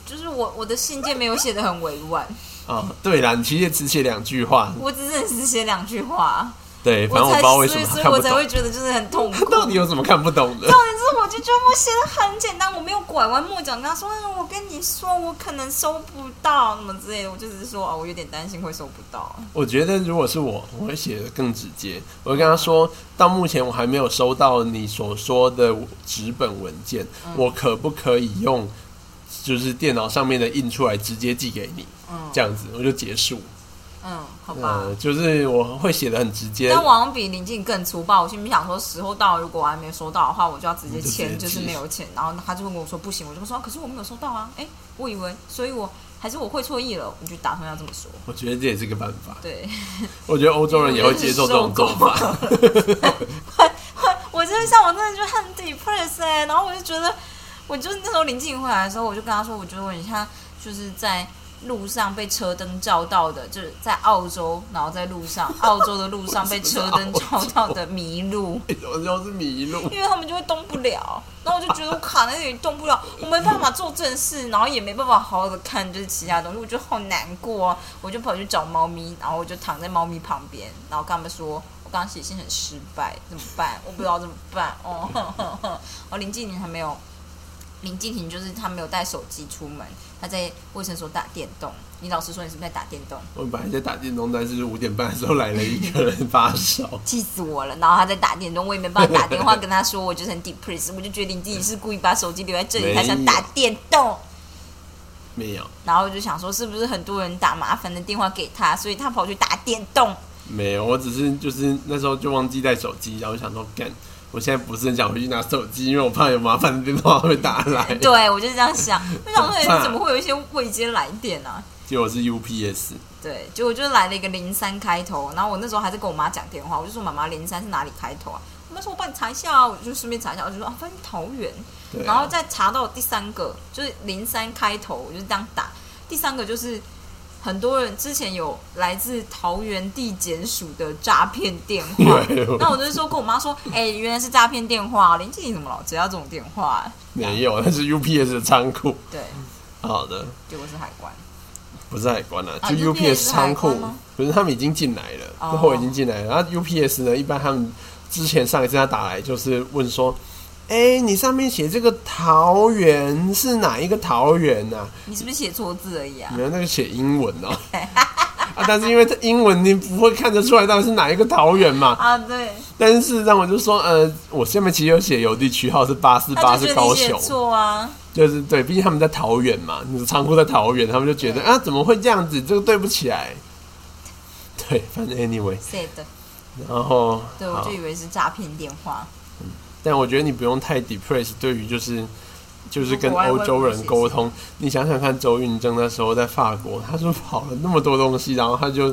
Speaker 1: 就是我我的信件没有写的很委婉，
Speaker 2: 啊，对啦，你其实也只写两句话，
Speaker 1: 我只是只写两句话，
Speaker 2: 对，反正我不
Speaker 1: 才
Speaker 2: 知道为什
Speaker 1: 所以
Speaker 2: 么他
Speaker 1: 所以
Speaker 2: 看
Speaker 1: 我
Speaker 2: 不
Speaker 1: 才会
Speaker 2: 懂，
Speaker 1: 觉得就是很痛苦。
Speaker 2: <laughs> 到底有什么看不懂的？
Speaker 1: 重点是，我就觉得我写的很简单，我没有拐弯抹角跟他说，嗯我跟你说，我可能收不到什么之类的，我就只是说，哦，我有点担心会收不到。
Speaker 2: 我觉得如果是我，我会写的更直接。我会跟他说，到目前我还没有收到你所说的纸本文件，
Speaker 1: 嗯
Speaker 2: 我可不可以用就是电脑上面的印出来直接寄给你？
Speaker 1: 嗯
Speaker 2: 这样子我就结束。
Speaker 1: 嗯，好吧。
Speaker 2: 呃，就是我会写的很直接
Speaker 1: 但。我好像比林静更粗暴。我心里想说，时候到了，如果我还没收到的话，我就要直接
Speaker 2: 你
Speaker 1: 签，
Speaker 2: 就
Speaker 1: 就
Speaker 2: 直接
Speaker 1: 是没有签。然后他就会跟我说不行，我就说、啊可是我没有收到啊，哎、我以为，所以我还是我会错意了，我就打算要这么说。
Speaker 2: 我觉得这也是个办法。
Speaker 1: 对，
Speaker 2: 我觉得欧洲人也会接受这种做法。 <laughs>
Speaker 1: <laughs> 我真的像我真的就很 depressed，、欸、然后我就觉得，我就那时候林静颖回来的时候，我就跟他说，我觉得我很像就是在路上被车灯照到的，就是在澳洲，然后在路上，澳洲的路上被车灯照到的麋鹿。
Speaker 2: 我就是迷路。
Speaker 1: 因为他们就会动不了，然后我就觉得我卡在那里动不了，我没办法做正事，然后也没办法好好的看就是其他东西，我觉得好难过啊！我就跑去找猫咪，然后我就躺在猫咪旁边，然后跟他们说我刚刚写信很 <laughs> 哦失败，怎么办？我不知道怎么办哦。呵呵呵然后林静宁还没有林敬婷就是她没有带手机出门，她在卫生所打电动。你老实说，你是不是在打电动？，
Speaker 2: 我本来在打电动，但是五点半的时候来了一个人发烧
Speaker 1: 气死我了！然后她在打电动，我也没办法打电话跟她说，我就是很 depressed，我就觉得你自己是故意把手机留在这里，
Speaker 2: 没
Speaker 1: 她想打
Speaker 2: 有
Speaker 1: 电动。
Speaker 2: 没有，
Speaker 1: 然后我就想说，是不是很多人打麻烦的电话给她，所以她跑去打电
Speaker 2: <laughs>
Speaker 1: 动。
Speaker 2: 没有，我只是就是那时候就忘记带手机，然后想说干，我现在不是很想回去拿手机，因为我怕有麻烦的电话会打来。，
Speaker 1: 对，我就这样想，我想说哎
Speaker 2: 很怕
Speaker 1: 诶怎么会有一些未接来电啊？
Speaker 2: 结果是 UPS，
Speaker 1: 对，结果就来了一个零三开头，然后我那时候还在跟我妈讲电话，我就说妈妈零三是哪里开头啊？我妈说我帮你查一下啊，我就顺便查一下，我就说啊，反正桃园，
Speaker 2: 对啊、
Speaker 1: 然后再查到第三个就是零三开头，我就这样打，第三个就是很多人之前有来自桃园地检署的诈骗电话，
Speaker 2: <laughs> 对我
Speaker 1: 那我就说跟我妈说，哎、原来是诈骗电话，林静你怎么老接到这种电话、啊？
Speaker 2: 没有，那是 UPS 的仓库。
Speaker 1: 对，
Speaker 2: 嗯好的，
Speaker 1: 结果是海关。
Speaker 2: 不是海关了、
Speaker 1: 啊
Speaker 2: 就
Speaker 1: UPS 是海
Speaker 2: 仓库
Speaker 1: 关吗，
Speaker 2: 不是他们已经进来了，
Speaker 1: 哦
Speaker 2: 那货已经进来了。啊然后 UPS 呢，一般他们之前上一次他打来就是问说，哎、你上面写这个桃园是哪一个桃园呐、啊？
Speaker 1: 你是不是写错字而已啊
Speaker 2: 没？有那个写
Speaker 1: <laughs>
Speaker 2: 英文哦、啊，但是因为这英文你不会看得出来到底是哪一个桃园嘛。
Speaker 1: 啊，对，
Speaker 2: 但是事实上我就说，呃，我下面其实有写邮递区号是八四
Speaker 1: 他
Speaker 2: 八
Speaker 1: 就是觉得
Speaker 2: 高
Speaker 1: 你写
Speaker 2: 雄，
Speaker 1: 错啊。
Speaker 2: 就是对，毕竟他们在桃园嘛，你的仓库在桃园，他们就觉得
Speaker 1: 对
Speaker 2: 啊，怎么会这样子？这个对不起来。对，反正 anyway，
Speaker 1: sad，
Speaker 2: 然后
Speaker 1: 对我
Speaker 2: 好
Speaker 1: 就以为是诈骗电话，
Speaker 2: 但我觉得你不用太 depressed，对于就是就是跟
Speaker 1: 国外
Speaker 2: 欧洲
Speaker 1: 外国人
Speaker 2: 人
Speaker 1: 写
Speaker 2: 沟通，你想想看，周运正那时候在法国，他说跑了那么多东西，然后他就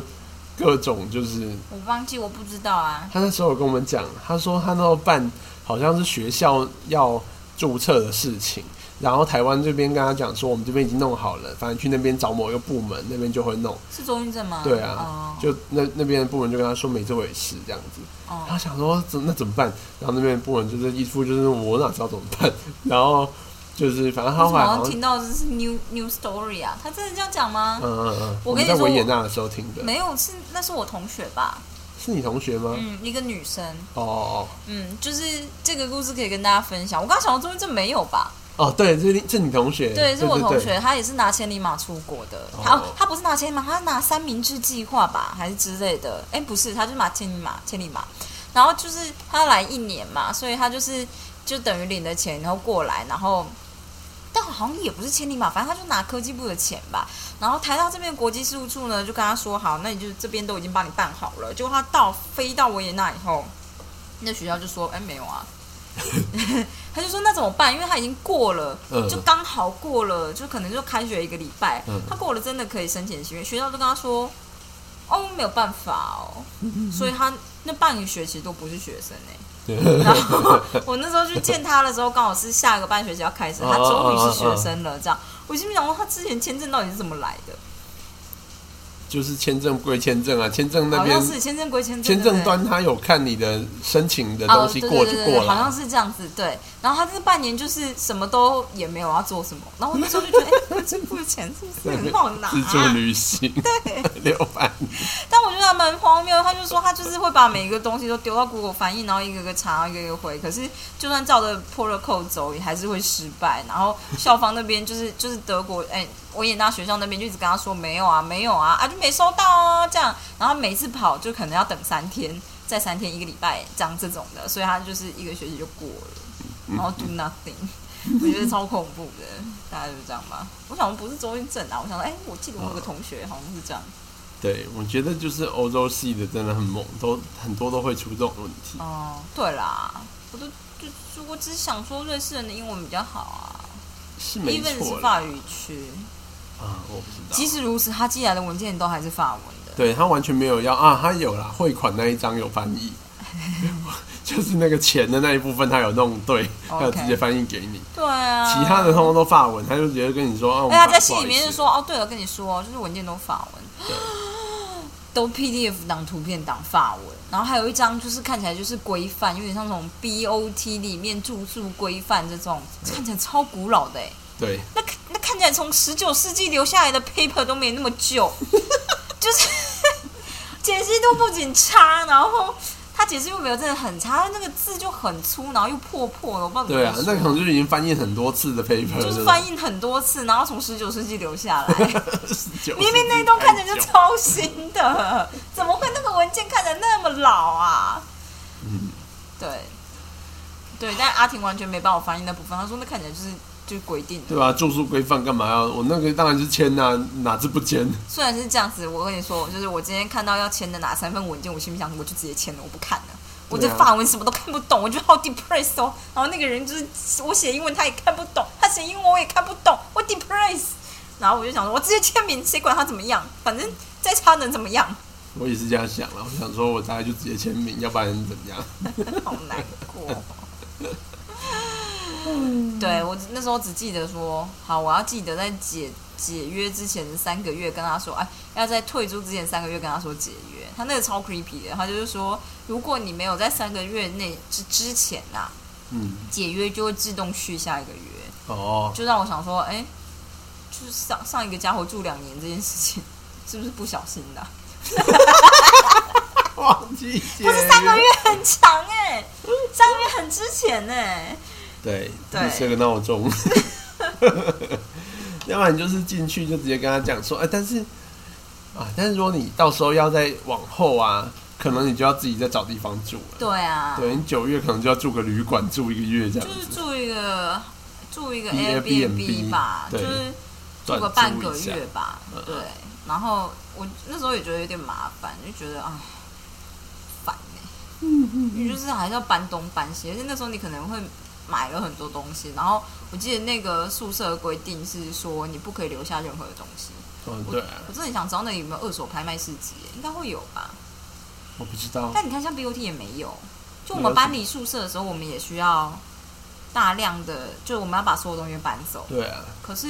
Speaker 2: 各种就是
Speaker 1: 我忘记我不知道啊。
Speaker 2: 他那时候有跟我们讲，他说他那时候办好像是学校要注册的事情，然后台湾这边跟他讲说，我们这边已经弄好了，反正去那边找某一个部门，那边就会弄。
Speaker 1: 是周运正吗？
Speaker 2: 对啊，
Speaker 1: 哦
Speaker 2: 就那那边的部门就跟他说没这回事这样子，他
Speaker 1: 哦，
Speaker 2: 想说怎那怎么办？然后那边的部门就是一副就是我哪知道怎么办，然后就是反正他
Speaker 1: 我怎
Speaker 2: 后来
Speaker 1: 么好
Speaker 2: 好
Speaker 1: 像
Speaker 2: 像
Speaker 1: 听到这是 new new story 啊？他真的这样讲吗
Speaker 2: 嗯？嗯嗯，
Speaker 1: 我
Speaker 2: 们
Speaker 1: 跟你
Speaker 2: 在
Speaker 1: 说
Speaker 2: 维也
Speaker 1: 我
Speaker 2: 纳的时候听的，
Speaker 1: 没有，是那是我同学吧？
Speaker 2: 是你同学吗？
Speaker 1: 嗯，一个女生，
Speaker 2: 哦哦
Speaker 1: 嗯，就是这个故事可以跟大家分享。我刚想到周运正没有吧？
Speaker 2: 哦哦，对，这是这是你同学，
Speaker 1: 对，是我同
Speaker 2: 对
Speaker 1: 学，他也是拿千里马出国的。他
Speaker 2: 哦
Speaker 1: 他不是拿千里马，他拿三明治计划吧，还是之类的？哎，不是，他就拿千里马，千里马。然后就是他来一年嘛，所以他就是就等于领了钱，然后过来，然后但好像也不是千里马，反正他就拿科技部的钱吧。然后台到这边国际事务处呢，就跟他说好，那你就这边都已经帮你办好了。结果他到飞到维也纳以后，那学校就说，哎，没有
Speaker 2: <laughs>
Speaker 1: 啊。他就说那怎么办？因为他已经过了，
Speaker 2: 嗯
Speaker 1: 就刚好过了，就可能就开学一个礼拜，
Speaker 2: 嗯
Speaker 1: 他过了真的可以申请学院，学校就跟他说，哦，没有办法哦，
Speaker 2: 嗯
Speaker 1: 所以他那半个学期都不是学生
Speaker 2: <laughs>
Speaker 1: 哎、
Speaker 2: 对，
Speaker 1: 然后我那时候去见他的时候，刚好是下个半学期要开始，他终于是学生了。这样，我心里想说，他之前签证到底是怎么来的？
Speaker 2: <laughs> 就是签证归签证啊，签证那
Speaker 1: 好
Speaker 2: 边
Speaker 1: 像是签证归签证，
Speaker 2: 签
Speaker 1: 对不
Speaker 2: 证
Speaker 1: 对
Speaker 2: 端他有看你的申请的
Speaker 1: 哦
Speaker 2: 东，西
Speaker 1: 对对
Speaker 2: 过
Speaker 1: 对
Speaker 2: 就
Speaker 1: 对
Speaker 2: 过
Speaker 1: 对，
Speaker 2: 了
Speaker 1: 好像
Speaker 2: 啊，
Speaker 1: 是这样子。对，然后他这半年就是什么都也没有要做什么，然后我那时候就觉得，哎，国际部的钱是不是很好拿啊？
Speaker 2: 自助旅行 <laughs> 六百，
Speaker 1: 但我觉得他蛮荒谬，他就说他就是会把每一个东西都丢到 Google 翻译，然后一个个查，一个一个回。可是就算照着 protocol 走，也还是会失败。然后校方那边就是就是德国，哎、维也纳学校那边就一直跟他说没有啊，没有啊，啊就没收到啊这样。然后每次跑就可能要等三天，再三天一个礼拜这样这种的，所以他就是一个学期就过了，然后 do nothing。我 <laughs> 觉得超恐怖的，大概就是这样吧。我想不是周运正啊，我想说，哎、我记得我有个同学好像是这样。
Speaker 2: 对我觉得就是欧洲系的真的很猛，都很多都会出这种问题。
Speaker 1: 哦，对啦，我都就就我只是想说瑞士人的英文比较好啊
Speaker 2: 是没
Speaker 1: ，even
Speaker 2: 错
Speaker 1: 是
Speaker 2: 啦
Speaker 1: 法语区。
Speaker 2: 啊，我不知
Speaker 1: 即
Speaker 2: 道。
Speaker 1: 使如此，他寄来的文件都还是法文的。
Speaker 2: 对他完全没有要啊，他有啦，汇款那一张有翻译， <laughs> 就是那个钱的那一部分他有弄对，他有
Speaker 1: OK
Speaker 2: 直接翻译给你，
Speaker 1: 对啊，
Speaker 2: 其他的通通都法文，他就直接跟你说啊，我
Speaker 1: 哎，
Speaker 2: 们
Speaker 1: 他
Speaker 2: 不
Speaker 1: 在
Speaker 2: 好
Speaker 1: 信里面
Speaker 2: 意
Speaker 1: 就
Speaker 2: 思
Speaker 1: 说：“哦，对了，跟你说，就是文件都法文， <gasps> 都 PDF 档、图片档法文。然后还有一张就是看起来就是规范，有点像那种 BOT 里面住宿规范这种，看起来超古老的哎。
Speaker 2: 对，
Speaker 1: 那看那看起来从十九世纪留下来的 paper 都没那 <laughs>
Speaker 2: <laughs>
Speaker 1: 么久，就是解析度不仅差，然后他解释用表真的很差，那个字就很粗，然后又破破的，我不知道怎么
Speaker 2: 对啊，那嗯
Speaker 1: 说
Speaker 2: 可能就是已经翻译很多次的 paper，
Speaker 1: 哦就是翻译很多次，然后从十九世纪留下来。 <laughs>
Speaker 2: 19
Speaker 1: 明明那一栋看起来就
Speaker 2: 19
Speaker 1: 超新的，怎么会那个文件看起来那么老啊？
Speaker 2: 嗯，
Speaker 1: 对，对，但阿婷完全没帮我翻译那部分，她说那看起来就是就是规定的。
Speaker 2: 对吧、住宿规范干嘛要？我那个当然是签呐、哪字不签？
Speaker 1: 虽然是这样子，我跟你说，就是我今天看到要签的哪三份文件，我心里想，我就直接签了，我不看了。我这
Speaker 2: 对啊
Speaker 1: 法文什么都看不懂，我就好 depressed 哦。然后那个人就是我写英文他也看不懂，他写英文我也看不懂，我 depressed。然后我就想说，我直接签名，谁管他怎么样？反正再差能怎么样？
Speaker 2: 我也是这样想了，我想说我大概就直接签名，要不然怎么样？
Speaker 1: 好难过。
Speaker 2: <laughs> 嗯
Speaker 1: 对我那时候只记得说，好，我要记得在解解约之前三个月跟他说，哎，要在退租之前三个月跟他说解约。他那个超 creepy 的，他就是说，如果你没有在三个月内之之前啊
Speaker 2: 嗯，
Speaker 1: 解约，就会自动续下一个月，
Speaker 2: 哦，
Speaker 1: 就让我想说，哎，就是上上一个家伙住两年这件事情， <laughs> 是不是不小心的啊、
Speaker 2: 忘记签，
Speaker 1: 不是三个月很长哎、三个月很之前哎、
Speaker 2: 对，
Speaker 1: 对
Speaker 2: 这是个闹钟。 <laughs> 要不然就是进去就直接跟他讲说，哎、但是啊，但是如果你到时候要再往后啊，可能你就要自己再找地方住了。
Speaker 1: 对啊，
Speaker 2: 对你九月可能就要住个旅馆住一个月这样
Speaker 1: 就是
Speaker 2: 子，
Speaker 1: 住一个住一个
Speaker 2: 嗯 Airbnb
Speaker 1: Airbnb 吧，就
Speaker 2: 对
Speaker 1: 是住个
Speaker 2: 短
Speaker 1: 半
Speaker 2: 租
Speaker 1: 个
Speaker 2: 一下嗯
Speaker 1: 月吧，对。然后我那时候也觉得有点麻烦，就觉得哎，烦哎、你就是还是要搬东搬西，而且那时候你可能会买了很多东西。然后我记得那个宿舍的规定是说你不可以留下任何的东西。
Speaker 2: 嗯，
Speaker 1: 我
Speaker 2: 对、啊，
Speaker 1: 我真的很想知道那里有没有二手拍卖市集，欸应该会有吧？
Speaker 2: 我不知道，
Speaker 1: 但你看，像 BOT 也没有。就我
Speaker 2: 没
Speaker 1: 们
Speaker 2: 有
Speaker 1: 搬
Speaker 2: 什么
Speaker 1: 离宿舍的时候，我们也需要大量的，就我们要把所有东西搬走。
Speaker 2: 对啊，
Speaker 1: 可是，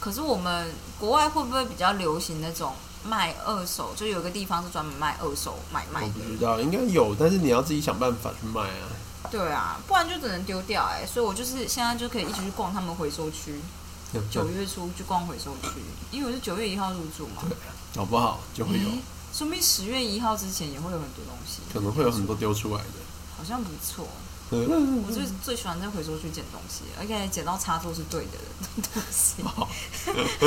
Speaker 1: 可是我们国外会不会比较流行那种卖二手？就有一个地方是专门卖二手买卖
Speaker 2: 我
Speaker 1: 的
Speaker 2: 不，知道，应该有，但是你要自己想办法去卖啊。
Speaker 1: 对啊，不然就只能丢掉哎、所以我就是现在就可以一直去逛他们回收区，九月初去逛回收区，因为我是九月一号入住嘛，
Speaker 2: 搞不好就会有，
Speaker 1: 诶说明十月一号之前也会有很多东西，
Speaker 2: 可能会有很多丢出来的。 <laughs>
Speaker 1: 好像不错。
Speaker 2: 嗯
Speaker 1: 我最最喜欢在回收区捡东西，而且捡到插座是对的东
Speaker 2: <laughs>
Speaker 1: 西。
Speaker 2: 好，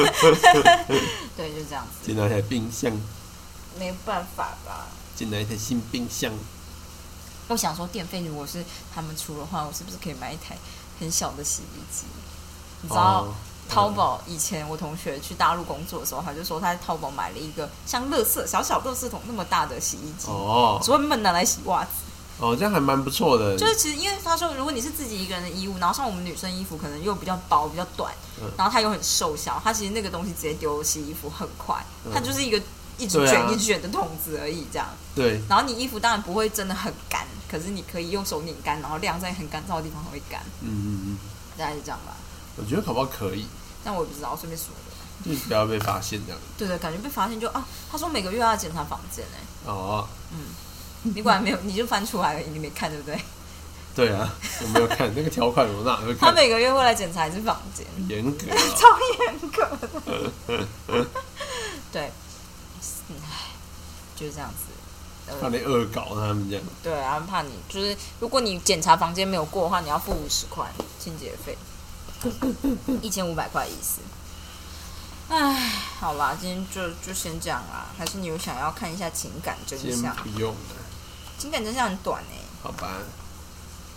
Speaker 1: 对，就这样子，
Speaker 2: 进来一台冰箱，
Speaker 1: 没办法吧？
Speaker 2: 进来一台新冰箱，
Speaker 1: 我想说，电费如果是他们出的话，我是不是可以买一台很小的洗衣机？你知道、
Speaker 2: 哦
Speaker 1: 淘宝以前我同学去大陆工作的时候，他就说他在淘宝买了一个像垃圾小小垃圾桶那么大的洗衣机，
Speaker 2: 哦
Speaker 1: 专门拿来洗袜子。
Speaker 2: 哦，这样还蛮不错的。
Speaker 1: 就是其实因为他说，如果你是自己一个人的衣物，然后像我们女生衣服可能又比较薄、比较短
Speaker 2: 嗯，
Speaker 1: 然后它又很瘦小，它其实那个东西直接丢洗衣服很快，
Speaker 2: 嗯
Speaker 1: 它就是一个一直
Speaker 2: 对啊
Speaker 1: 卷一卷的筒子而已，这样。
Speaker 2: 对，
Speaker 1: 然后你衣服当然不会真的很干，可是你可以用手拧干，然后晾在很干燥的地方它会干，
Speaker 2: 嗯，嗯嗯，
Speaker 1: 大概是这样吧。
Speaker 2: 我觉得搞不好可以，
Speaker 1: 但我也不知道，随便说的。
Speaker 2: 就是不要被发现这样。
Speaker 1: 对对，感觉被发现就啊，他说每个月要检查房间哎、
Speaker 2: 哦，
Speaker 1: 你果然没有，你就翻出来而已，你没看对不对？
Speaker 2: 对啊，我没有看那个条款，我哪会
Speaker 1: 他
Speaker 2: 看？
Speaker 1: 每个月会来检查一次房间。
Speaker 2: 严格 <laughs> 啊，
Speaker 1: 超严格的。 <laughs> 对，嗯唉，就是这样子。
Speaker 2: 怕
Speaker 1: 呃，
Speaker 2: 你恶搞他们这样。
Speaker 1: 对啊，怕你就是，如果你检查房间没有过的话，你要付五十块清洁费，一千五百块的意思。唉，好啦，今天就就先这样啦。还是你有想要看一下情感真
Speaker 2: 先
Speaker 1: 相？
Speaker 2: 不用了，
Speaker 1: 情感真相很短哎、
Speaker 2: 好吧？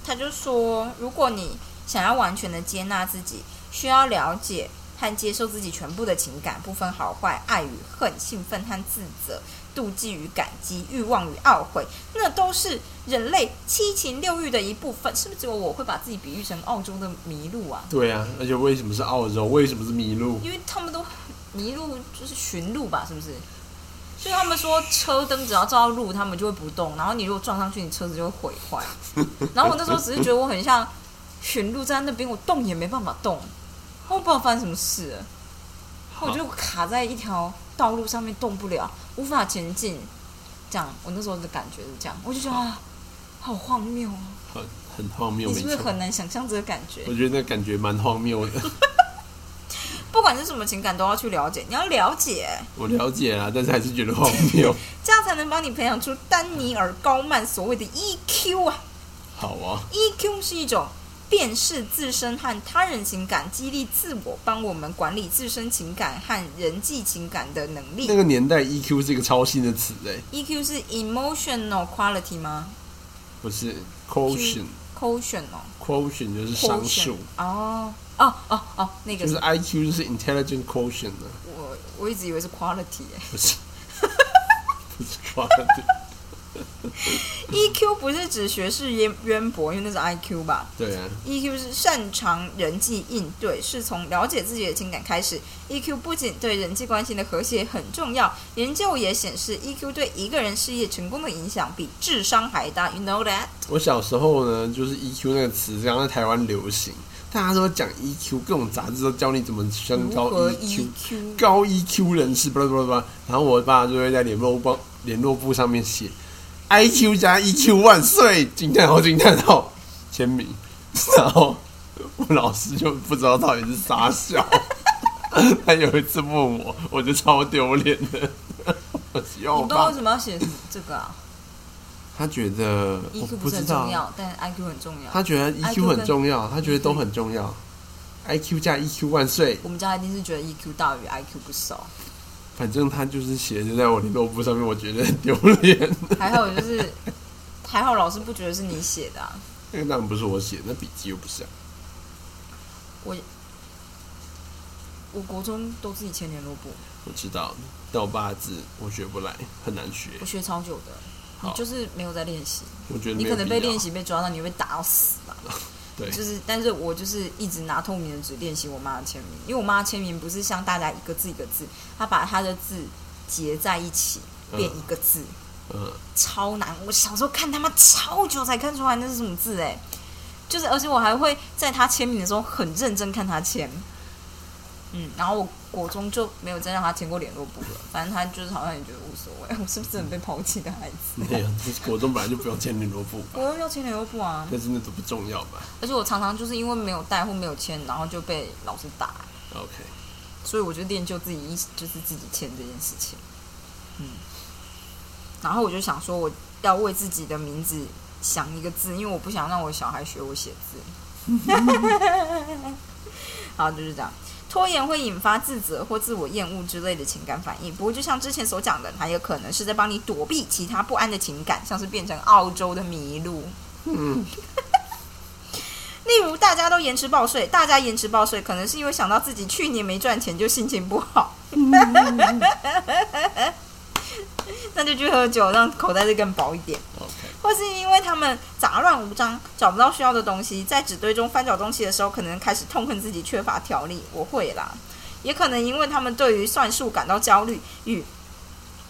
Speaker 1: 他就说，如果你想要完全的接纳自己，需要了解和接受自己全部的情感，不分好坏、爱与恨、兴奋和自责、妒忌与感激、欲望与懊悔，那都是人类七情六欲的一部分。是不是只有我会把自己比喻成澳洲的麋鹿啊？
Speaker 2: 对啊，而且为什么是澳洲？为什么是麋鹿？
Speaker 1: 因为他们都麋鹿就是寻路吧，是不是？所以他们说车灯只要照到路，他们就会不动。然后你如果撞上去，你车子就会毁坏。然后我那时候只是觉得我很像寻路在那边，我动也没办法动，我不知道发生什么事了，我就卡在一条道路上面动不了，无法前进。这样，我那时候的感觉是这样，我就觉得啊，好荒谬哦！
Speaker 2: 很很荒谬，
Speaker 1: 你
Speaker 2: 没
Speaker 1: 是不是
Speaker 2: 错。
Speaker 1: 很难想象这个感觉？
Speaker 2: 我觉得那感觉蛮荒谬的。
Speaker 1: 不管是什么情感都要去了解，你要了解，
Speaker 2: <laughs> 我了解啊，但是还是觉得荒
Speaker 1: <laughs>
Speaker 2: 谬。
Speaker 1: 这样才能帮你培养出丹尼尔高曼所谓的 EQ 啊。
Speaker 2: 好啊，
Speaker 1: EQ 是一种辨识自身和他人情感、激励自我、帮我们管理自身情感和人际情感的能力
Speaker 2: 那。个年代 EQ 是一个超新的词哎、
Speaker 1: EQ 是 emotional quality 吗
Speaker 2: 不是 quotient。
Speaker 1: ？quotient 哦
Speaker 2: quotient 就是商
Speaker 1: quotient
Speaker 2: 数，
Speaker 1: 哦哦哦哦，那
Speaker 2: 就
Speaker 1: 个
Speaker 2: 是 IQ 就是 intelligent quotient 呢、
Speaker 1: 我我一直以为是 quality 耶
Speaker 2: 不是不是 <laughs> quality，
Speaker 1: EQ E 不是指学识渊渊博，因为那是 IQ 吧
Speaker 2: 对啊，
Speaker 1: ？EQ ，E 是擅长人际应对，是从了解自己的情感开始。EQ 不仅对人际关系的和谐很重要，研究也显示 EQ 对一个人事业成功的影响比智商还大。You know that？
Speaker 2: 我小时候呢，就是 EQ 那个词刚在台湾流行，大家都讲 EQ，各种杂志都教你怎么升
Speaker 1: 如
Speaker 2: 高，E
Speaker 1: 何 E
Speaker 2: EQ，
Speaker 1: EQ？
Speaker 2: 高 EQ 人士，巴拉巴拉巴拉。然后我爸就会在联络簿联络簿上面写 IQ 加 EQ 万岁，惊叹号惊叹号，签名。然后我老师就不知道到底是傻笑。他有一次问我，我就超丢脸的。我要
Speaker 1: 你
Speaker 2: 我
Speaker 1: 爸
Speaker 2: 爸
Speaker 1: 为，什么要写这个啊
Speaker 2: 他觉得我
Speaker 1: ？EQ
Speaker 2: 不
Speaker 1: E 不是
Speaker 2: 知
Speaker 1: 很
Speaker 2: 道
Speaker 1: 重，要，但 IQ 很重要。
Speaker 2: 他觉得
Speaker 1: IQ
Speaker 2: EQ 很
Speaker 1: 跟
Speaker 2: 重要，他觉得都很重要。IQ 加 EQ 万岁，
Speaker 1: 我们家一定是觉得 EQ 大于 IQ 不少。
Speaker 2: 反正他就是写的在我联络簿上面，我觉得很丢脸。
Speaker 1: 还好就是， <laughs> 还好老师不觉得是你写的、啊。
Speaker 2: 那个当然不是我写，那笔记又不是、啊。
Speaker 1: 我国中都自己签联络簿，
Speaker 2: 我知道，但我爸的字我学不来，很难学。
Speaker 1: 我学超久的。你
Speaker 2: 好
Speaker 1: 就是没有在练习，
Speaker 2: 我觉得
Speaker 1: 你
Speaker 2: 没
Speaker 1: 可
Speaker 2: 有
Speaker 1: 能被
Speaker 2: 必要
Speaker 1: 练。习被抓到，你会被打到死吧？
Speaker 2: 对，
Speaker 1: 就是，但是我就是一直拿透明的纸练习我妈的签名，因为我妈的签名不是像大家一个字一个字，她把她的字结在一起
Speaker 2: 嗯
Speaker 1: 变一个字，
Speaker 2: 嗯，
Speaker 1: 超难。我小时候看他妈超久才看出来那是什么字哎、就是而且我还会在他签名的时候很认真看他签，嗯，然后我国中就没有再让他签过联络簿了，反正他就是好像也觉得无所谓，我是不是很被抛弃的孩子？
Speaker 2: 对啊，就是国中本来就不用签联络簿吧，
Speaker 1: 我又要签联络簿啊，
Speaker 2: 但是那都不重要吧
Speaker 1: 而且我常常就是因为没有带或没有签，然后就被老师打，
Speaker 2: ？OK，
Speaker 1: 所以我就练就自己一就是自己签这件事情，嗯，然后我就想说我要为自己的名字想一个字，因为我不想让我小孩学我写字。 <laughs> 好，就是这样。拖延会引发自责或自我厌恶之类的情感反应，不过就像之前所讲的，它也可能是在帮你躲避其他不安的情感，像是变成澳洲的麋鹿。
Speaker 2: 嗯，
Speaker 1: 例如，大家都延迟报税，大家延迟报税，可能是因为想到自己去年没赚钱，就心情不好， <laughs> 那就去喝酒，让口袋再更薄一点。
Speaker 2: ，OK，
Speaker 1: 或是因为他们杂乱无章，找不到需要的东西，在纸堆中翻找东西的时候，可能开始痛恨自己缺乏条理。我会啦，也可能因为他们对于算术感到焦虑，与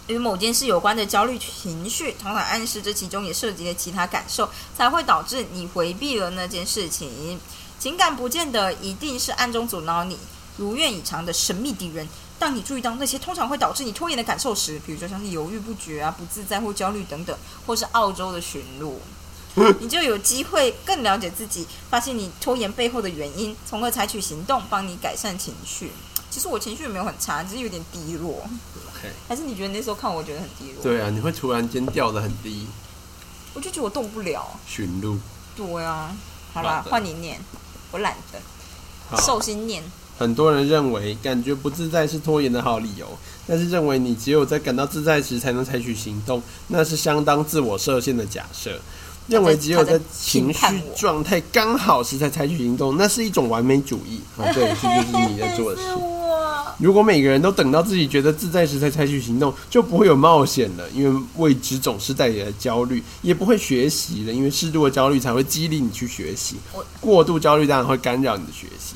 Speaker 1: 与某件事有关的焦虑情绪，通常暗示这其中也涉及了其他感受，才会导致你回避了那件事情。情感不见得一定是暗中阻挠你如愿以偿的神秘敌人。当你注意到那些通常会导致你拖延的感受时，比如说像是犹豫不决啊、不自在或焦虑等等，或是澳洲的驯
Speaker 2: <laughs>
Speaker 1: 鹿，你就有机会更了解自己，发现你拖延背后的原因，从而采取行动帮你改善情绪。其实我情绪没有很差，只是有点低落。
Speaker 2: OK，
Speaker 1: 还是你觉得那时候看我觉得很低落？
Speaker 2: 对啊，你会突然间掉的很低，
Speaker 1: 我就觉得我动不了。
Speaker 2: 寻路，
Speaker 1: 对啊，好啦
Speaker 2: 懒，得
Speaker 1: 换你念，我懒得，
Speaker 2: 好
Speaker 1: 寿，星念。。
Speaker 2: 很多人认为感觉不自在是拖延的好理由，但是认为你只有在感到自在时才能采取行动，那是相当自我设限的假设。认为只有在情绪状态刚好时才采取行动，那是一种完美主义啊！对，这就是你在做的事
Speaker 1: <laughs>
Speaker 2: 哦
Speaker 1: 我。
Speaker 2: 如果每个人都等到自己觉得自在时才采取行动，就不会有冒险了，因为未知总是带来焦虑；也不会学习了，因为适度的焦虑才会激励你去学习
Speaker 1: 我。
Speaker 2: 过度焦虑当然会干扰你的学习。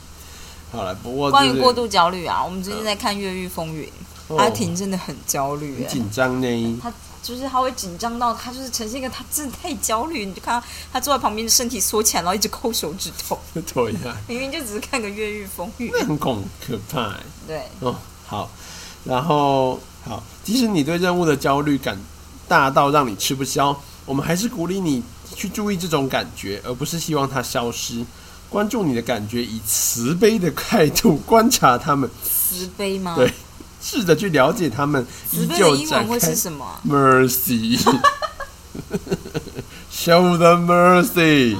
Speaker 2: 好了，不过、就是、嗯
Speaker 1: 关于过度焦虑啊，我们最近在看《越狱风云》
Speaker 2: 哦
Speaker 1: 阿婷真的很焦虑、
Speaker 2: 很
Speaker 1: 欸，
Speaker 2: 紧张呢，
Speaker 1: 她就是她会紧张到她就是呈现一个她真的太焦虑，你就看她她坐在旁边，身体缩起来，然后一直抠手指头， <laughs>
Speaker 2: 对呀、
Speaker 1: 明明就只是看个《越狱风云》
Speaker 2: 那，很恐可怕、欸。
Speaker 1: 对，
Speaker 2: 哦，好，然后好，即使你对任务的焦虑感大到让你吃不消，我们还是鼓励你去注意这种感觉，而不是希望它消失。关注你的感觉，以慈悲的态度观察他们，
Speaker 1: 慈悲吗？
Speaker 2: 对，试着去了解他们，
Speaker 1: 慈
Speaker 2: 依
Speaker 1: 悲的
Speaker 2: 旧
Speaker 1: 英文
Speaker 2: 展开
Speaker 1: 会是什么啊？
Speaker 2: mercy。Show them mercy，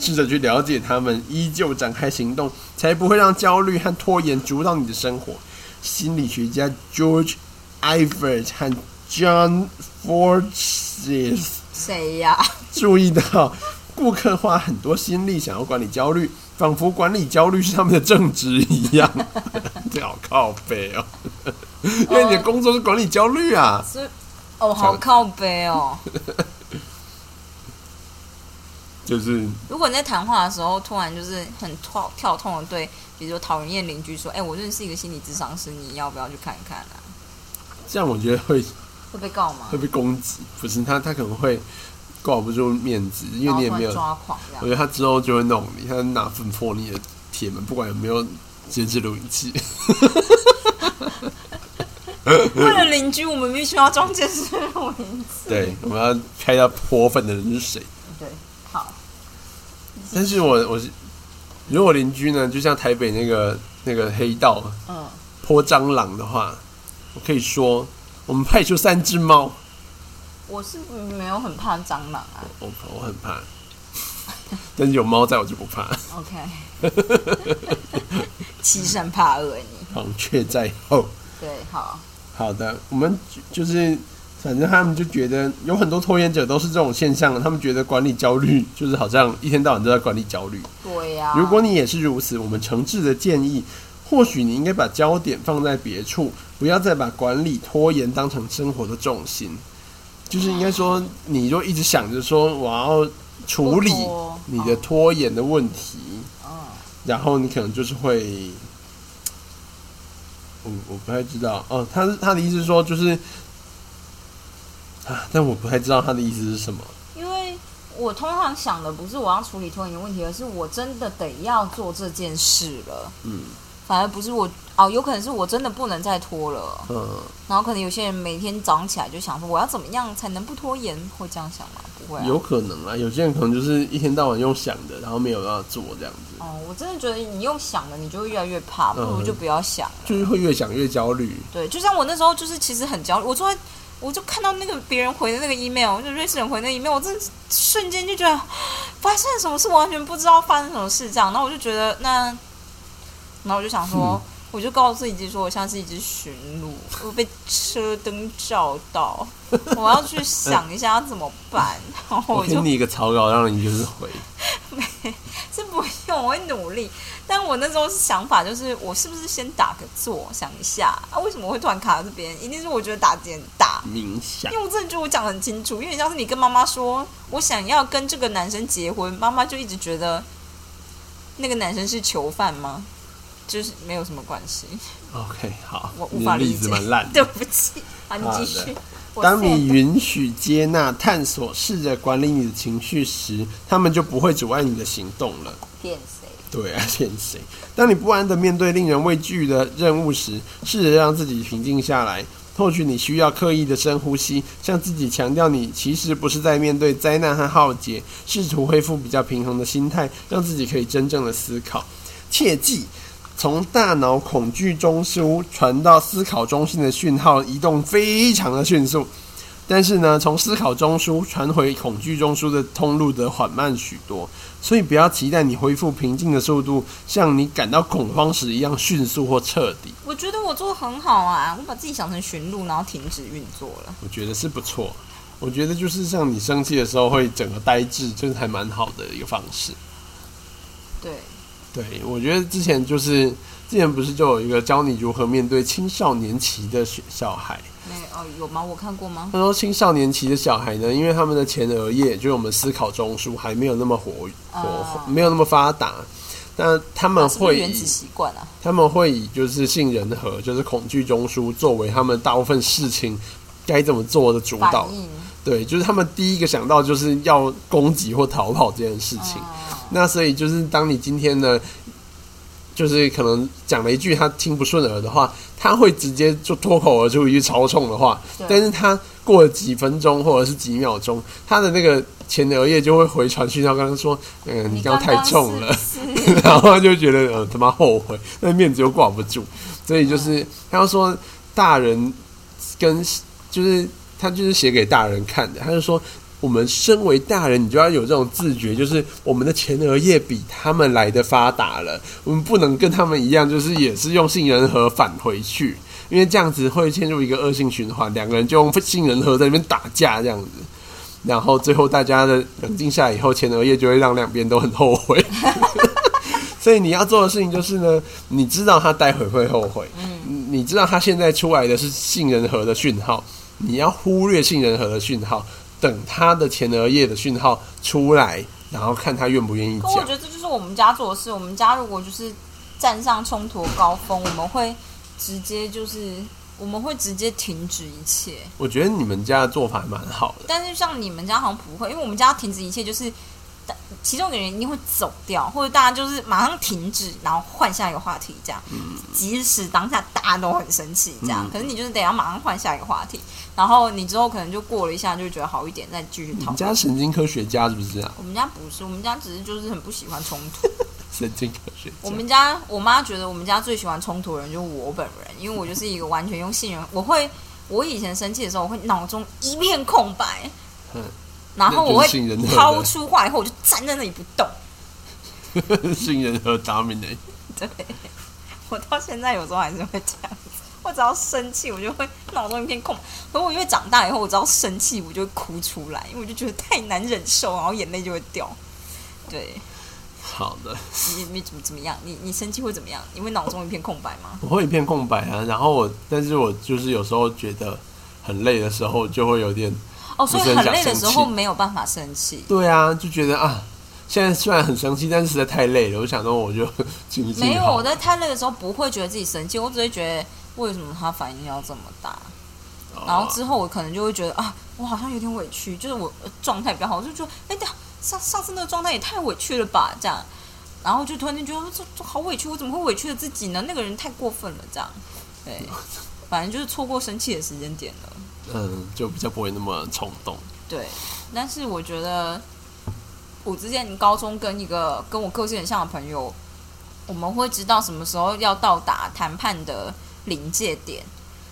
Speaker 2: 试着去了解他们，依旧展开行动，才不会让焦虑和拖延主导你的生活。心理学家 George Ivert 和 John Forsyth
Speaker 1: 谁呀、
Speaker 2: 注意到，顾客花很多心力想要管理焦虑，仿佛管理焦虑是他们的正职一样。 <laughs> 这好靠背哦， <laughs> 因为你的工作是管理焦虑啊。
Speaker 1: 所以哦，好靠背哦。
Speaker 2: 就是
Speaker 1: 如果你在谈话的时候突然就是很跳跳痛的对，比如说讨人厌邻居说：“哎、我认识一个心理咨商师，你要不要去看一看啊
Speaker 2: 这样，我觉得会？”
Speaker 1: 会被告吗
Speaker 2: 会？被攻击，不是他他可能会挂不住面子，因
Speaker 1: 然后突
Speaker 2: 为你也
Speaker 1: 然
Speaker 2: 没有，
Speaker 1: 抓狂这
Speaker 2: 我觉
Speaker 1: 样。
Speaker 2: 得他之后就会弄你，他拿粉破你的铁门，不管有没有监视录影器，
Speaker 1: 为了邻居，我们必须要装监视录音机。
Speaker 2: 对， <laughs> 我们要拍到泼粪的人是谁。
Speaker 1: 对，好，
Speaker 2: 但是我我是，如果邻居呢，就像台北那个那个黑道
Speaker 1: 嗯，
Speaker 2: 泼蟑螂的话，我可以说，我们派出三只猫，
Speaker 1: 我是没有很怕蟑螂啊。
Speaker 2: 我我很怕， <laughs> 但是有猫在我就不怕，
Speaker 1: OK，欺善怕恶你。
Speaker 2: 孔雀在后。
Speaker 1: 对，好，
Speaker 2: 好的，我们就就是，反正他们就觉得有很多拖延者都是这种现象，他们觉得管理焦虑就是好像一天到晚都在管理焦虑。
Speaker 1: 对啊呀、
Speaker 2: 如果你也是如此，我们诚挚的建议，或许你应该把焦点放在别处，不要再把管理拖延当成生活的重心。就是应该说，你就一直想着说我要处理
Speaker 1: 不拖
Speaker 2: 你的拖延的问题，
Speaker 1: 嗯，
Speaker 2: 然后你可能就是会，我我不太知道哦。他他的意思是说就是啊，但我不太知道他的意思是什么。
Speaker 1: 因为我通常想的不是我要处理拖延的问题，而是我真的得要做这件事了。
Speaker 2: 嗯，
Speaker 1: 反而不是我哦，有可能是我真的不能再拖了。
Speaker 2: 嗯，
Speaker 1: 然后可能有些人每天早上起来就想说，我要怎么样才能不拖延？会这样想吗？不会、啊。
Speaker 2: 有可能啊，有些人可能就是一天到晚用想的，然后没有要做这样子，
Speaker 1: 哦，我真的觉得你用想的，你就会越来越怕，不如
Speaker 2: 嗯
Speaker 1: 就不要想。
Speaker 2: 就是会越想越焦虑。
Speaker 1: 对，就像我那时候就是其实很焦虑，我坐在我就看到那个别人回的那个 email，就瑞士人回那个 email，我真的瞬间就觉得发生了什么事，我完全不知道发生什么事这样。然后我就觉得那，然后我就想说，
Speaker 2: 嗯
Speaker 1: 我就告诉自己说，我像是一只驯鹿，我被车灯照到，我要去想一下要怎么办。然后
Speaker 2: 我
Speaker 1: 我
Speaker 2: 给
Speaker 1: 哦就
Speaker 2: 你一个草稿，让你就是回。
Speaker 1: 是不用，我会努力。但我那时候想法就是，我是不是先打个坐，想一下啊，为什么会突然卡到这边？一定是我觉得打字很大。
Speaker 2: 冥想
Speaker 1: 因，为我真的觉得我讲得很清楚，因为像是你跟妈妈说我想要跟这个男生结婚，妈妈就一直觉得那个男生是囚犯吗？就是没有什么关系，
Speaker 2: OK，好
Speaker 1: 我，无
Speaker 2: 你
Speaker 1: 法
Speaker 2: 的
Speaker 1: 理
Speaker 2: 例子
Speaker 1: 解，
Speaker 2: 蛮烂
Speaker 1: <laughs>
Speaker 2: 的
Speaker 1: 对。不起，啊，你
Speaker 2: 好
Speaker 1: 继
Speaker 2: 的
Speaker 1: 续。我
Speaker 2: 当
Speaker 1: 现在
Speaker 2: 你允许接纳、探索、试着管理你的情绪时，他们就不会阻碍你的行动了。
Speaker 1: 骗谁？
Speaker 2: 对啊，骗谁？当你不安的面对令人畏惧的任务时，试着让自己平静下来。或许你需要刻意的深呼吸，向自己强调你其实不是在面对灾难和浩劫，试图恢复比较平衡的心态，让自己可以真正的思考。切记，从大脑恐惧中枢传到思考中心的讯号移动非常的迅速，但是呢，从思考中枢传回恐惧中枢的通路则缓慢许多。所以不要期待你恢复平静的速度像你感到恐慌时一样迅速或彻底。
Speaker 1: 我觉得我做的很好啊，我把自己想成驯鹿，然后停止运作了。
Speaker 2: 我觉得是不错，我觉得就是像你生气的时候会整个呆滞，这、还蛮好的一个方式。
Speaker 1: 对，
Speaker 2: 对，我觉得之前就是之前不是就有一个教你如何面对青少年期的学小孩。
Speaker 1: 没有哦，有吗？我看过吗？
Speaker 2: 他说青少年期的小孩呢，因为他们的前额叶，就是我们思考中枢还没有那么活活
Speaker 1: 啊，
Speaker 2: 没有那么发达，那他们
Speaker 1: 是不是
Speaker 2: 会
Speaker 1: 原
Speaker 2: 以
Speaker 1: 子习惯啊？
Speaker 2: 他们会以就是杏仁核，就是恐惧中枢作为他们大部分事情该怎么做的主导
Speaker 1: 反。应。
Speaker 2: 对，就是他们第一个想到就是要攻击或逃跑这件事情。
Speaker 1: 嗯
Speaker 2: 那所以就是当你今天呢，就是可能讲了一句他听不顺耳的话，他会直接就脱口而出一句超冲的话
Speaker 1: 对，
Speaker 2: 但是他过了几分钟或者是几秒钟，他的那个前额叶就会回传讯到刚刚说，嗯，你刚
Speaker 1: 刚
Speaker 2: 刚太冲了，
Speaker 1: 是
Speaker 2: <laughs> 然后他就觉得呃他妈后悔，那面子又挂不住，所以就是他要说大人跟就是他就是写给大人看的，他就说我们身为大人，你就要有这种自觉，就是我们的前额叶比他们来的发达了，我们不能跟他们一样，就是也是用杏仁核返回去，因为这样子会陷入一个恶性循环，两个人就用杏仁核在那边打架这样子。然后最后大家的冷静下来以后，前额叶就会让两边都很
Speaker 1: <laughs>
Speaker 2: 后悔。所以你要做的事情就是呢，你知道他待会会后悔，嗯，你知道他现在出来的是杏仁核的讯号，你要忽略杏仁核的讯号，等他的前额叶的讯号出来，然后看他愿不愿意
Speaker 1: 可我
Speaker 2: 讲
Speaker 1: 觉。得这就是我们家做的事。我们家如果就是站上冲突高峰，我们会直接就是我们会直接停止一切。
Speaker 2: 我觉得你们家的做法还蛮好的，
Speaker 1: 但是像你们家好像不会，因为我们家停止一切就是，但其中一个人一定会走掉，或者大家就是马上停止，然后换下一个话题，这样。即使当下大家都很生气，这样，
Speaker 2: 嗯
Speaker 1: 可是你就是得要马上换下一个话题，然后你之后可能就过了一下，就觉得好一点，再继续
Speaker 2: 你
Speaker 1: 讨
Speaker 2: 们家
Speaker 1: 论。
Speaker 2: 神经科学家是不是啊？
Speaker 1: 我们家不是，我们家只是就是很不喜欢冲突。
Speaker 2: 神经科学
Speaker 1: 我
Speaker 2: 家，
Speaker 1: 们家我妈觉得我们家最喜欢冲突的人就是我本人，因为我就是一个完全用信任。我会，我以前生气的时候，我会脑中一片空白，
Speaker 2: 嗯
Speaker 1: 然后我
Speaker 2: 那就是信任
Speaker 1: 会
Speaker 2: 的
Speaker 1: 掏出话以后，我就站在那里不动。
Speaker 2: <laughs> 杏仁核 dominate。
Speaker 1: 对， <laughs> 我到现在有时候还是会这样子。我只要生气，我就会脑中一片空白。可我因为长大以后，我只要生气，我就会哭出来，因为我就觉得太难忍受，然后眼泪就会掉。对
Speaker 2: 好的，
Speaker 1: 你，你怎么怎么样？你你生气会怎么样？你会脑中一片空白吗？
Speaker 2: 我会一片空白啊，然后我，但是我就是有时候觉得很累的时候，就会有点
Speaker 1: 哦，所以
Speaker 2: 不是
Speaker 1: 很
Speaker 2: 很想
Speaker 1: 累的
Speaker 2: 生
Speaker 1: 时候
Speaker 2: 气
Speaker 1: 没有办法生气，
Speaker 2: 对啊，就觉得啊，现在虽然很生气，但是实在太累了，我想说我就 <laughs> 静一静
Speaker 1: 没有
Speaker 2: 好
Speaker 1: 我
Speaker 2: 了
Speaker 1: 在太累的时候不会觉得自己生气，我只会觉得为什么他反应要这么大，然后
Speaker 2: 哦
Speaker 1: 之后我可能就会觉得啊，我好像有点委屈，就是我呃状态比较好，我就觉得哎呀，上上次那个状态也太委屈了吧，这样，然后就突然间觉得这这好委屈，我怎么会委屈了自己呢？那个人太过分了，这样，对，反正就是错过生气的时间点了。
Speaker 2: 嗯，就比较不会那么冲动。
Speaker 1: 对，但是我觉得我之前高中跟一个跟我个性很像的朋友，我们会知道什么时候要到达谈判的临界点，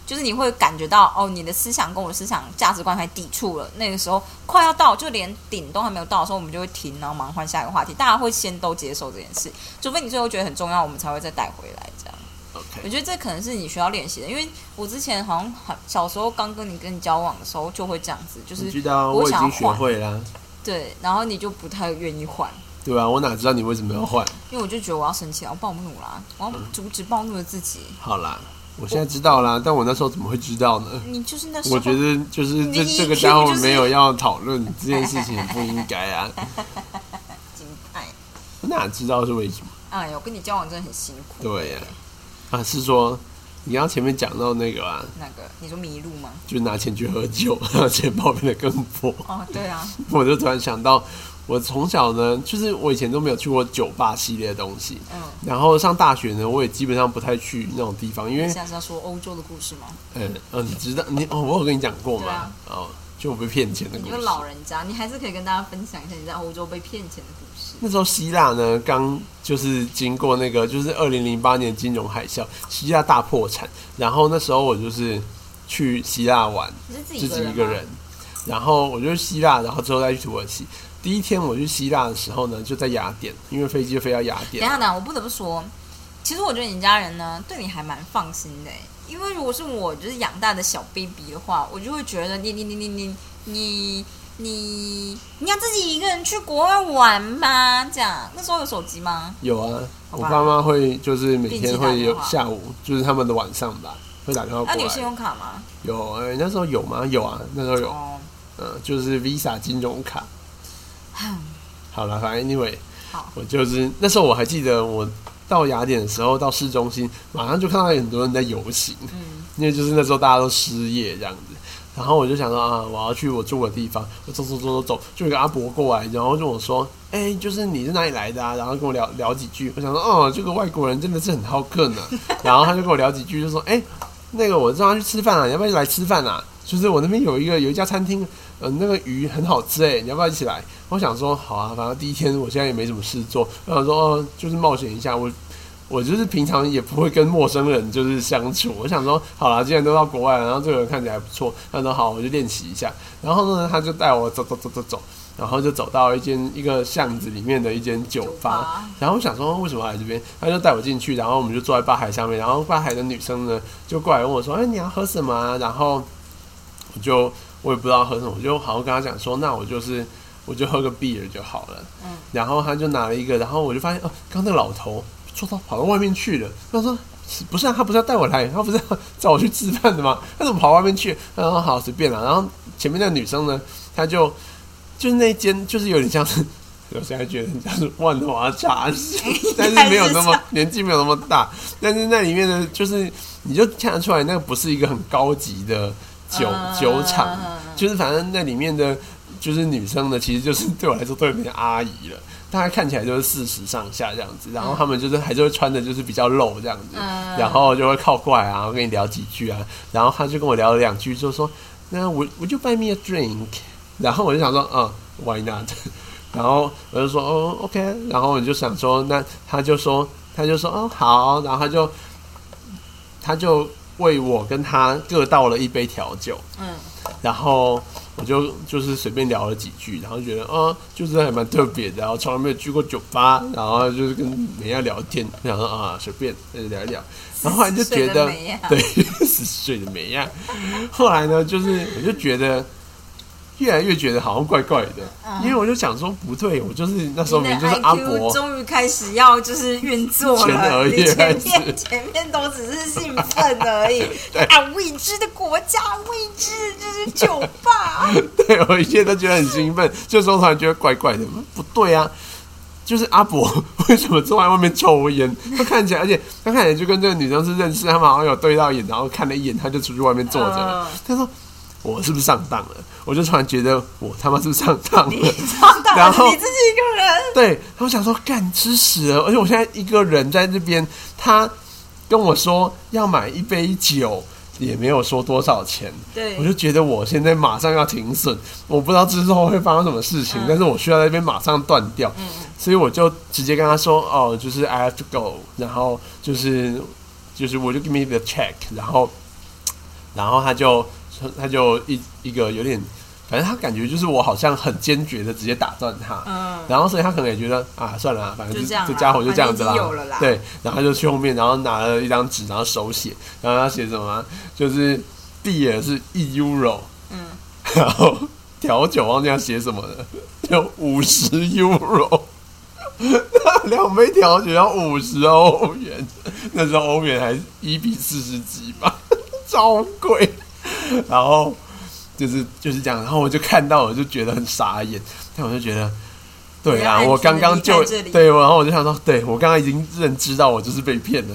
Speaker 1: 就是你会感觉到哦，你的思想跟我的思想价值观还抵触了。那个时候快要到，就连顶都还没有到的时候，我们就会停，然后马上换下一个话题。大家会先都接受这件事，除非你最后觉得很重要，我们才会再带回来这样。我
Speaker 2: OK，
Speaker 1: 觉得这可能是你需要练习的，因为我之前好像很小时候刚跟你跟你交往的时候就会这样子，就是
Speaker 2: 你知道
Speaker 1: 我
Speaker 2: 我已
Speaker 1: 想
Speaker 2: 经
Speaker 1: 要
Speaker 2: 学
Speaker 1: 换
Speaker 2: 会啦，
Speaker 1: 对，然后你就不太愿意换，
Speaker 2: 对啊，我哪知道你为什么要换？
Speaker 1: 因为我就觉得我要生气，我要暴怒啦，我要
Speaker 2: 嗯
Speaker 1: 阻止暴怒的自己。
Speaker 2: 好啦，我现在知道啦，但我那时候怎么会知道呢？
Speaker 1: 你就是那时候，
Speaker 2: 我觉得就是这
Speaker 1: 你
Speaker 2: 这个家伙
Speaker 1: 就是
Speaker 2: 没有要讨论这件事情，不应该啊！
Speaker 1: 金哎，
Speaker 2: 我哪知道是为什么？
Speaker 1: 哎呀，我跟你交往真的很辛苦。
Speaker 2: 对呀、啊，是说你刚刚前面讲到那个啊，
Speaker 1: 那个你说迷路吗？
Speaker 2: 就拿钱去喝酒， <laughs> 然后钱包变得更薄。 <laughs>
Speaker 1: 哦，对啊，
Speaker 2: 我就突然想到，我从小呢，就是我以前都没有去过酒吧系列的东西。
Speaker 1: 嗯，
Speaker 2: 然后上大学呢，我也基本上不太去那种地方，因为
Speaker 1: 你现在是要说欧洲的故事吗？
Speaker 2: 呃呃，你知道你哦，我有跟你讲过
Speaker 1: 对
Speaker 2: 吗
Speaker 1: 啊？
Speaker 2: 哦，就我被骗钱的故
Speaker 1: 你
Speaker 2: 事
Speaker 1: 就。老人家，你还是可以跟大家分享一下你在欧洲被骗钱的故事。
Speaker 2: 那时候希腊呢，刚就是经过那个，就是二零零八年金融海啸，希腊大破产。然后那时候我就是去希腊玩，
Speaker 1: 你是自己
Speaker 2: 自己一
Speaker 1: 一个
Speaker 2: 个人
Speaker 1: 人吗，
Speaker 2: 然后我就去希腊，然后之后再去土耳其。第一天我去希腊的时候呢，就在雅典，因为飞机就飞到雅
Speaker 1: 等
Speaker 2: 典
Speaker 1: 一。下，等一下，我不得不说，其实我觉得你家人呢对你还蛮放心的欸，因为如果是我就是养大的小 baby 的话，我就会觉得你你你你你你你你要自己一个人去国外玩吗？这样那时候有手机吗？
Speaker 2: 有啊，我
Speaker 1: 吧
Speaker 2: 爸妈会就是每天
Speaker 1: 定期
Speaker 2: 会
Speaker 1: 打电
Speaker 2: 有
Speaker 1: 话
Speaker 2: 下午，就是他们的晚上吧，会打电话
Speaker 1: 那、
Speaker 2: 过
Speaker 1: 啊你有信
Speaker 2: 来。
Speaker 1: 用卡吗？
Speaker 2: 有、呃那时候有吗？有啊，那时候有，
Speaker 1: 哦，
Speaker 2: 嗯、就是 Visa 金融卡。好了，反正 anyway，
Speaker 1: 嗯好
Speaker 2: 我就是那时候我还记得我到雅典的时候，到市中心马上就看到有很多人在游行，
Speaker 1: 嗯，
Speaker 2: 因为就是那时候大家都失业这样子。然后我就想说啊，我要去我住的地方，我走走走走走，就有一个阿伯过来，然后就问我说：“哎、哎、就是你是哪里来的啊？然后跟我聊聊几句，我想说，哦，这个外国人真的是很好客
Speaker 1: <laughs>
Speaker 2: 呢。然后他就跟我聊几句，就说，哎、那个我让他去吃饭啊，你要不要一起来吃饭啊？就是我那边有一个有一家餐厅，呃，那个鱼很好吃哎、你要不要一起来？我想说，好啊，反正第一天我现在也没什么事做，我想说，哦，就是冒险一下，我我就是平常也不会跟陌生人就是相处，我想说，好啦，既然都到国外了，然后这个人看起来还不错，他说好，我就练习一下。然后呢，他就带我走走走走走，然后就走到一间一个巷子里面的一间酒
Speaker 1: 酒
Speaker 2: 吧
Speaker 1: 吧。
Speaker 2: 然后我想说，为什么来这边？他就带我进去，然后我们就坐在吧台上面，然后吧台的女生呢就过来问我说：“哎，你要喝什么啊？”然后我就我也不知道喝什么，我就好像跟他讲说：“那我就是我就喝个 beer 就好了。”
Speaker 1: 嗯，
Speaker 2: 然后他就拿了一个，然后我就发现哦，刚刚那个老头坐到跑到外面去了。他说：“不是啊，他不是要带我来，他不是要找我去吃饭的吗？他怎么跑外面去？”他说：“好，随便啦。”然后前面那个女生呢，她就就是那间就是有点像是。我现在觉得很像是万华茶室，但是没有那么年纪没有那么大，但是那里面呢，就是你就看得出来，那个不是一个很高级的
Speaker 1: 啊
Speaker 2: 酒、酒厂，就是反正那里面的，就是女生呢，其实就是对我来说都有点阿姨了。大家看起来就是四十上下这样子，然后他们就是还是会穿的就是比较露这样子，
Speaker 1: 嗯
Speaker 2: 然后就会靠过来啊，跟你聊几句啊，然后他就跟我聊了两句，就说那我我就 buy me a drink，然后我就想说，嗯，why not？然 <laughs> 后我就说，哦，OK，然后我就想说，那他就说，他就说，哦，好，然后他就他就为我跟他各倒了一杯调酒，
Speaker 1: 嗯，
Speaker 2: 然后我就就是随便聊了几句，然后觉得啊，就是还蛮特别的，然后从来没有去过酒吧，然后就是跟人家聊天，然后啊随便呃聊一聊，然后后来就觉得
Speaker 1: 40岁的美呀
Speaker 2: 对 <laughs> 十岁的美呀，后来呢就是我就觉得。越来越觉得好像怪怪的，因为我就想说不对，我就是那时候
Speaker 1: 嗯你
Speaker 2: 明
Speaker 1: 的
Speaker 2: 明就是阿
Speaker 1: IQ
Speaker 2: 伯，
Speaker 1: 终于开始要就是运作
Speaker 2: 前额
Speaker 1: 了，
Speaker 2: 叶
Speaker 1: 你
Speaker 2: 开
Speaker 1: 前
Speaker 2: 始
Speaker 1: 面前面都只是兴奋而已
Speaker 2: <laughs> 对
Speaker 1: 啊，未知的国家，未知的就是酒吧，
Speaker 2: 对 <laughs> 我一切都觉得很兴奋， <laughs> 这时候突然觉得怪怪的，不对啊，就是阿伯为什么坐在外面抽烟？他看起来，而且他看起来就跟这个女生是认识，他们好像有对到眼，然后看了一眼，他就出去外面坐着了
Speaker 1: 嗯。
Speaker 2: 他说。我是不是上当了？我就突然觉得我他妈是不是上当了？
Speaker 1: 放大
Speaker 2: 然后
Speaker 1: 你自己一个人，
Speaker 2: <laughs> 对，然后我想说干吃屎哦了，而且我现在一个人在这边，他跟我说要买一杯酒，也没有说多少钱，
Speaker 1: 对
Speaker 2: 我就觉得我现在马上要停损，我不知道之后会发生什么事情，但是我需要在那边马上断掉，所以我就直接跟他说，哦，就是 I have to go，然后就是就是我就 give me the check，然后然后他就他就一一个有点，反正他感觉就是我好像很坚决的直接打断他，
Speaker 1: 嗯
Speaker 2: 然后所以他可能也觉得啊算了啊，反正
Speaker 1: 就这样啦
Speaker 2: 这家伙就这样子
Speaker 1: 反正已经有了啦
Speaker 2: 对，然后他就去后面，然后拿了一张纸，然后手写，然后他写什么啊、就是地也是一 euro，
Speaker 1: 嗯，
Speaker 2: 然后调酒忘记要写什么了，就五十 euro。两杯调酒要五十欧元，那时候欧元还一比四十几吧， <laughs> 超贵。然后就是就是这样，然后我就看到，我就觉得很傻眼，但我就觉得，对啊，
Speaker 1: 你要安全地
Speaker 2: 我刚刚就
Speaker 1: 离开这里
Speaker 2: 对，我然后我就想说，对我刚刚已经认知到我就是被骗了，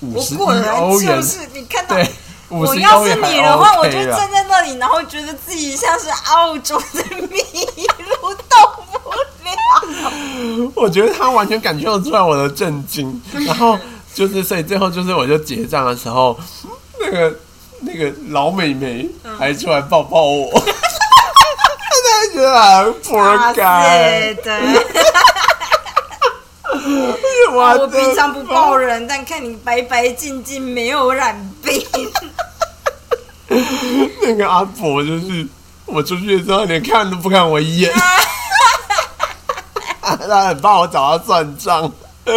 Speaker 2: 五
Speaker 1: 我
Speaker 2: 十一
Speaker 1: 果然
Speaker 2: 欧元，
Speaker 1: 就是你看到
Speaker 2: 对，五
Speaker 1: 我
Speaker 2: 十
Speaker 1: 要
Speaker 2: 欧
Speaker 1: 是
Speaker 2: 元
Speaker 1: 你
Speaker 2: 还
Speaker 1: 的话，我
Speaker 2: OK 啊
Speaker 1: 就
Speaker 2: 啦
Speaker 1: 站在那里，然后觉得自己像是澳洲的麋鹿，动不了。
Speaker 2: 我觉得他完全感觉得出来我的
Speaker 1: <laughs>
Speaker 2: 震惊，然后就是所以最后就是我就结账的时候，那个那个老美眉
Speaker 1: 嗯
Speaker 2: 还出来抱抱我， <laughs> 哈，大家觉得啊，poor
Speaker 1: 对
Speaker 2: guy，
Speaker 1: 的，
Speaker 2: <laughs> What
Speaker 1: 我
Speaker 2: the
Speaker 1: 平常不
Speaker 2: fuck？
Speaker 1: 抱人，但看你白白净净，没有染病，
Speaker 2: 那个阿婆就是我出去的时候连看都不看我一眼， <laughs> 他很怕我找他算账。 <laughs>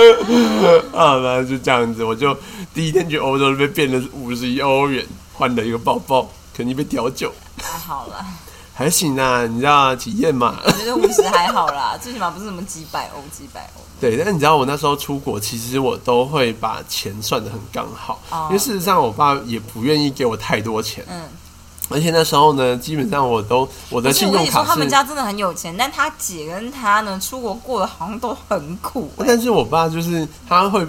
Speaker 2: 啊，反正就这样子，我就第一天去欧洲就被变了五十一欧元，换了一个抱抱，肯定被调酒，
Speaker 1: 还啊好啦，
Speaker 2: 还行啊，你知道体验嘛？ <laughs>
Speaker 1: 我觉得五十还好啦， <laughs> 最起码不是什么几百欧、几百欧。
Speaker 2: 对，但你知道我那时候出国，其实我都会把钱算的很刚好，
Speaker 1: 哦
Speaker 2: 因为事实上我爸也不愿意给我太多钱，
Speaker 1: 嗯，
Speaker 2: 而且那时候呢，基本上我都我的
Speaker 1: 不是
Speaker 2: 信
Speaker 1: 我跟
Speaker 2: 用
Speaker 1: 你说，
Speaker 2: 卡
Speaker 1: 他
Speaker 2: 是
Speaker 1: 们家真的很有钱，但他姐跟他呢，出国过得好像都很苦、欸。
Speaker 2: 但是我爸就是他会，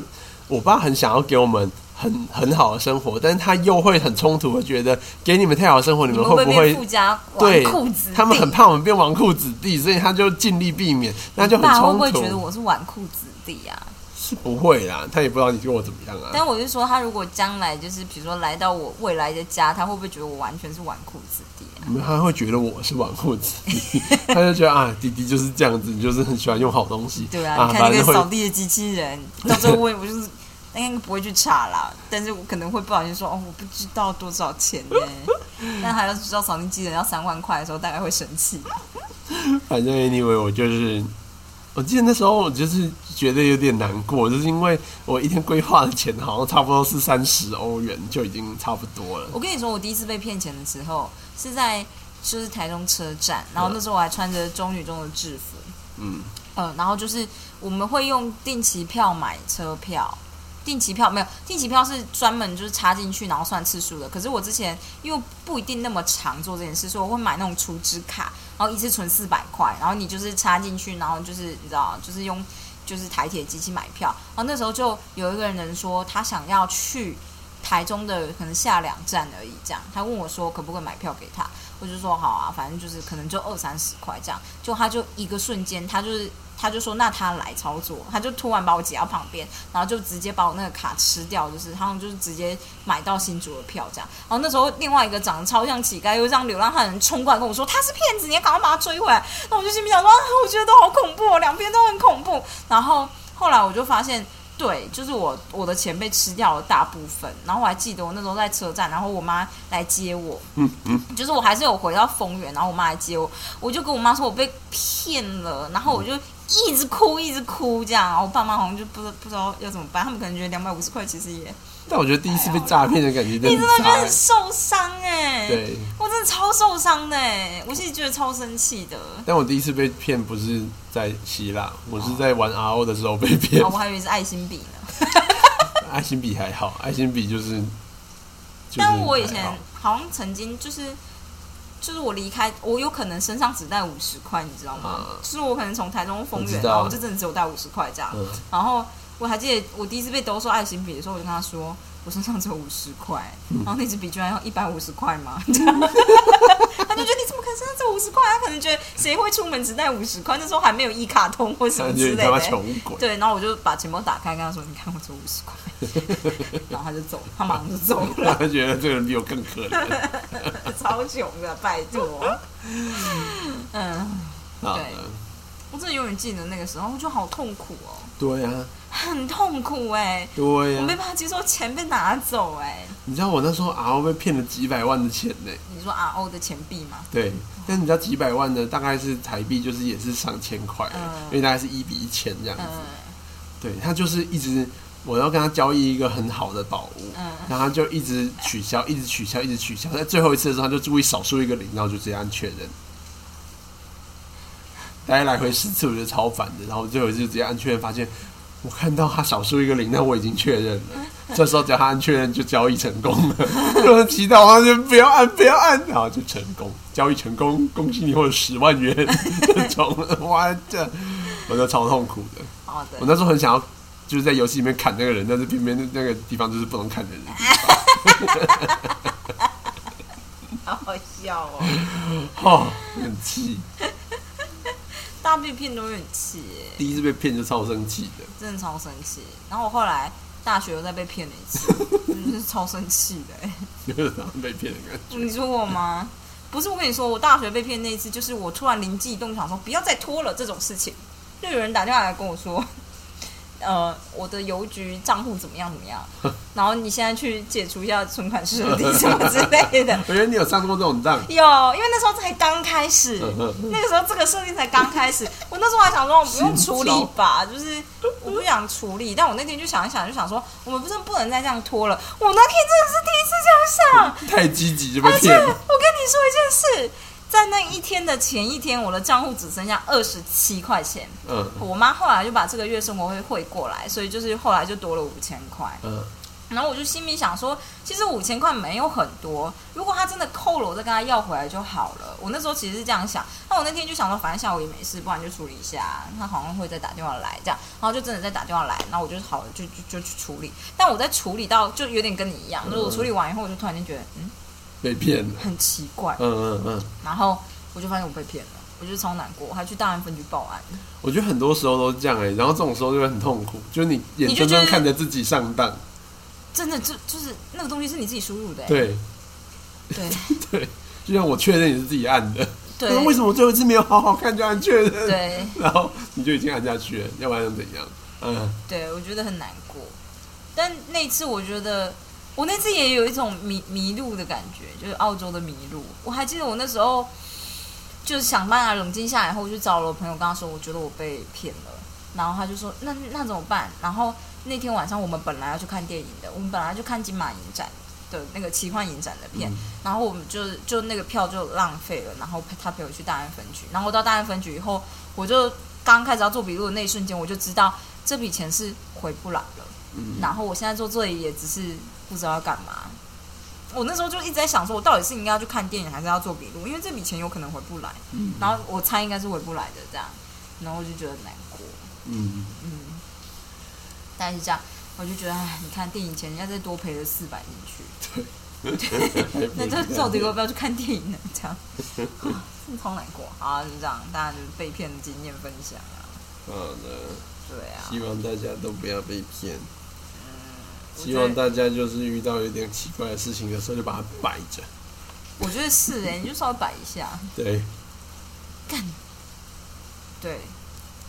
Speaker 2: 我爸很想要给我们很很好的生活，但是他又会很冲突的觉得，给你们太好的生活，你
Speaker 1: 你
Speaker 2: 们
Speaker 1: 们会
Speaker 2: 会
Speaker 1: 不
Speaker 2: 不
Speaker 1: 会
Speaker 2: 会
Speaker 1: 变富家纨
Speaker 2: 对
Speaker 1: 绔子弟？
Speaker 2: 他们很怕我们变纨绔子弟，所以他就尽力避免，那就很
Speaker 1: 爸会
Speaker 2: 冲
Speaker 1: 不
Speaker 2: 突。
Speaker 1: 会觉得我是纨绔子弟啊？
Speaker 2: 是不会啦，他也不知道你跟我怎么样啊。
Speaker 1: 但我就说，他如果将来就是比如说来到我未来的家，他会不会觉得我完全是纨绔子弟啊？
Speaker 2: 你们他会觉得我是纨绔子
Speaker 1: <laughs>
Speaker 2: 弟，他就觉得啊，弟弟就是这样子，你就是很喜欢用好东西。
Speaker 1: 对啊，
Speaker 2: 啊，
Speaker 1: 你看
Speaker 2: 反
Speaker 1: 那个
Speaker 2: 正会
Speaker 1: 扫地的机器人，到最后我也不就是应该不会去查啦，但是我可能会不小心说哦，我不知道多少钱
Speaker 2: <laughs>
Speaker 1: 呢、但还要知道扫地机器人要三万块的时候，大概会生气。
Speaker 2: 反正 anyway，我就是，我记得那时候我就是觉得有点难过，就是因为我一天规划的钱好像差不多是三十欧元，就已经差不多了。
Speaker 1: 我跟你说，我第一次被骗钱的时候是在就是台中车站，然后那时候我还穿着中女中的制服，
Speaker 2: 嗯，
Speaker 1: 嗯，然后就是我们会用定期票买车票。定期票没有，定期票是专门就是插进去然后算次数的。可是我之前因为不一定那么常做这件事，所以我会买那种储值卡，然后一次存四百块，然后你就是插进去，然后就是你知道，就是用就是台铁机器买票。然后那时候就有一个人说他想要去台中的可能下两站而已，这样他问我说可不可以买票给他，我就说好啊，反正就是可能就二三十块这样。就他就一个瞬间，他就是他就说那他来操作，他就突然把我挤到旁边，然后就直接把我那个卡吃掉，就是他们就是直接买到新竹的票这样。然后那时候另外一个长得超像乞丐又像流浪汉的人冲过来跟我说他是骗子，你要赶快把他追回来。那我就心里想说，啊我觉得都好恐怖、哦，两边都很恐怖。然后后来我就发现。对，就是我我的钱被吃掉了大部分，然后我还记得我那时候在车站，然后我妈来接我，就是我还是有回到丰原，然后我妈来接我，我就跟我妈说我被骗了，然后我就一直哭一直哭这样，然后我爸妈好像就不知不知道要怎么办，他们可能觉得两百五十块其实也，
Speaker 2: 但我觉得第一次被诈骗的感觉真
Speaker 1: 你
Speaker 2: 的
Speaker 1: 真的
Speaker 2: 很
Speaker 1: 觉得
Speaker 2: 差
Speaker 1: 很
Speaker 2: 欸。
Speaker 1: 受伤哎、
Speaker 2: 对，
Speaker 1: 我真的超受伤的哎、我其实觉得超生气的，
Speaker 2: 但我第一次被骗不是在希腊，我是在玩 RO 的时候被骗
Speaker 1: 啊，。我还以为是爱心笔呢，
Speaker 2: 爱心笔还好，爱心笔就是。就是
Speaker 1: 但我以
Speaker 2: 还好
Speaker 1: 前好像曾经就是。就是我离开，我有可能身上只带五十块，你知道吗？
Speaker 2: 嗯
Speaker 1: 就是我可能从台中丰
Speaker 2: 我知
Speaker 1: 原，
Speaker 2: 道
Speaker 1: 然后我就真的只有带五十块这样。
Speaker 2: 嗯，
Speaker 1: 然后我还记得我第一次被兜售爱心笔的时候，我就跟他说，我身上只有五十块，
Speaker 2: 嗯
Speaker 1: 然后那支笔居然要一百五十块
Speaker 2: <laughs>
Speaker 1: 吗？这样他就觉得你怎么可能身上只有五十块？他可能觉得谁会出门只带五十块？那时候还没有一卡通或什么
Speaker 2: 感觉
Speaker 1: 之
Speaker 2: 你
Speaker 1: 类
Speaker 2: 他妈
Speaker 1: 的。
Speaker 2: 穷鬼。
Speaker 1: 对，然后我就把钱包打开，跟他说：“你看，我只有五十块。”
Speaker 2: <laughs>
Speaker 1: 然后他就走，他马上就走了，
Speaker 2: 他觉得这个人比我更可
Speaker 1: <laughs>
Speaker 2: 怜。
Speaker 1: 超穷的，拜托。 <laughs> 嗯，
Speaker 2: 好
Speaker 1: 对我真的永远记得那个时候，我就好痛苦哦，
Speaker 2: 对呀，
Speaker 1: 很痛苦哎、
Speaker 2: 对啊
Speaker 1: 我
Speaker 2: 呀、
Speaker 1: 没办法接受钱被拿走哎、
Speaker 2: 你知道我那时候 RO 被骗了几百万的钱呢、
Speaker 1: 你说 RO 的钱币吗？
Speaker 2: 对，但你知道几百万呢？大概是台币，就是也是上千块了，
Speaker 1: 嗯
Speaker 2: 因为大概是一比一千这样子。
Speaker 1: 嗯
Speaker 2: 对他就是一直我要跟他交易一个很好的宝物，
Speaker 1: 嗯，
Speaker 2: 然后他就一直取消，一直取消，一直取消。在最后一次的时候，他就注意少输一个零，然后就直接按确认。大家来回十次，我觉得超烦的。然后最后一次就直接按确认，发现我看到他少输一个零，但我已经确认了。这时候只要他按确认，就交易成功了。有人祈祷他就不要按，不要按，然后就成功，交易成功，恭喜你获得十万元这种。哇，这我就超痛苦的。
Speaker 1: 好
Speaker 2: 我
Speaker 1: 的。
Speaker 2: 那时候很想要，就是在游戏里面砍那个人，但是偏偏那个地方就是不能砍人的地方。
Speaker 1: 好好笑哦。
Speaker 2: 哦，很气，
Speaker 1: <laughs> 大家被骗都会很气耶，
Speaker 2: 第一次被骗就超生气的。
Speaker 1: 真的超生气。然后我后来大学又再被骗了一次，真的是超生气的欸耶。
Speaker 2: 就是常常被骗的感觉。
Speaker 1: 你说我吗？不是，我跟你说，我大学被骗那一次，就是我突然灵机一动，想说不要再拖了这种事情。就有人打电话来跟我说，呃，我的邮局账户怎么样怎么样，然后你现在去解除一下存款设定什么之类的。
Speaker 2: 我觉得你有上过这种当，
Speaker 1: 有，因为那时候才刚开始
Speaker 2: 嗯嗯，
Speaker 1: 那个时候这个设定才刚开始。我那时候还想说，我不用处理吧，就是我不想处理。但我那天就想一想，就想说，我们不是不能再这样拖了。我那天真的是第一次这样想，
Speaker 2: 太积极就被
Speaker 1: 而且
Speaker 2: 骗
Speaker 1: 我跟
Speaker 2: 了。
Speaker 1: 你说一件事，在那一天的前一天，我的账户只剩下二十七块钱。
Speaker 2: 嗯
Speaker 1: 我妈后来就把这个月生活费汇过来，所以就是后来就多了五千块。
Speaker 2: 嗯，
Speaker 1: 然后我就心里想说，其实五千块没有很多，如果他真的扣了，我再跟他要回来就好了。我那时候其实是这样想。那我那天就想说，反正下午也没事，不然就处理一下。他好像会再打电话来，这样，然后就真的再打电话来，然后我就好就就就去处理。但我在处理到就有点跟你一样，就是我处理完以后，我就突然间觉得，嗯，
Speaker 2: 被骗了。
Speaker 1: 很奇怪。
Speaker 2: 嗯嗯嗯，
Speaker 1: 然后我就发现我被骗了，我就超难过，我还去大安分局报案。
Speaker 2: 我觉得很多时候都是这样哎、然后这种时候就会很痛苦，就是你眼
Speaker 1: 你就
Speaker 2: 睁
Speaker 1: 觉
Speaker 2: 睁
Speaker 1: 得
Speaker 2: 看着自己上当。
Speaker 1: 真的就就是那个东西是你自己输入的、欸，
Speaker 2: 对 <laughs>
Speaker 1: 对
Speaker 2: 对，就像我确认你是自己按的， <laughs>
Speaker 1: 对
Speaker 2: 但是为什么我最后一次没有好好看就按确认？
Speaker 1: 对
Speaker 2: 然后你就已经按下去了，要不然能怎样？嗯，
Speaker 1: 对，我觉得很难过。但那一次我觉得，我那次也有一种迷迷路的感觉，就是澳洲的迷路。我还记得我那时候就是想办法冷静下来后，我就找了我朋友，跟他说我觉得我被骗了，然后他就说那那怎么办？然后那天晚上我们本来要去看电影的，我们本来要去看金马影展的那个奇幻影展的片，
Speaker 2: 嗯
Speaker 1: 然后我们就就那个票就浪费了，然后他陪我去大安分局，然后我到大安分局以后，我就刚开始要做笔录的那一瞬间，我就知道这笔钱是回不来了，
Speaker 2: 嗯
Speaker 1: 然后我现在做这里也只是不知道要干嘛。我那时候就一直在想，说我到底是应该要去看电影，还是要做笔录？因为这笔钱有可能回不来，
Speaker 2: 嗯
Speaker 1: 然后我猜应该是回不来的这样，然后我就觉得很难过，
Speaker 2: 嗯，
Speaker 1: 嗯，但是这样，我就觉得，哎，你看电影钱人家再多赔了四百进去，
Speaker 2: 还不
Speaker 1: <laughs> 那
Speaker 2: 如
Speaker 1: 这
Speaker 2: 这样
Speaker 1: 到底要不要去看电影呢？这样， <laughs> 真的超难过啊！就这样，大家就是被骗的经验分享啊，
Speaker 2: <laughs> 好的，
Speaker 1: 对啊，
Speaker 2: 希望大家都不要被骗。
Speaker 1: 嗯我
Speaker 2: 希
Speaker 1: 觉
Speaker 2: 望
Speaker 1: 得
Speaker 2: 大家就是遇到有点奇怪的事情的时候，就把它摆着。
Speaker 1: 我觉得是哎、你就稍微摆一下，
Speaker 2: 对，
Speaker 1: 对，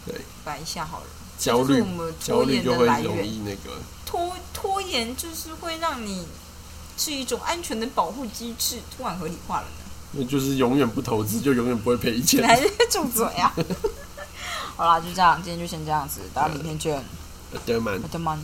Speaker 2: 对，
Speaker 1: 摆一下好了。
Speaker 2: 焦
Speaker 1: 这
Speaker 2: 虑
Speaker 1: 是我们
Speaker 2: 焦
Speaker 1: 拖
Speaker 2: 虑
Speaker 1: 延
Speaker 2: 就
Speaker 1: 的
Speaker 2: 会
Speaker 1: 来
Speaker 2: 容
Speaker 1: 源，
Speaker 2: 易那个。
Speaker 1: 拖拖延就是会让你是一种安全的保护机制，突然合理化了呢。
Speaker 2: 那就是永远不投资，就永远不会赔
Speaker 1: 你
Speaker 2: 钱。 <laughs>
Speaker 1: 还是 <laughs> 住嘴啊！好啦，就这样，今天就先这样子，大家明天见，
Speaker 2: 德曼。
Speaker 1: 我的妈！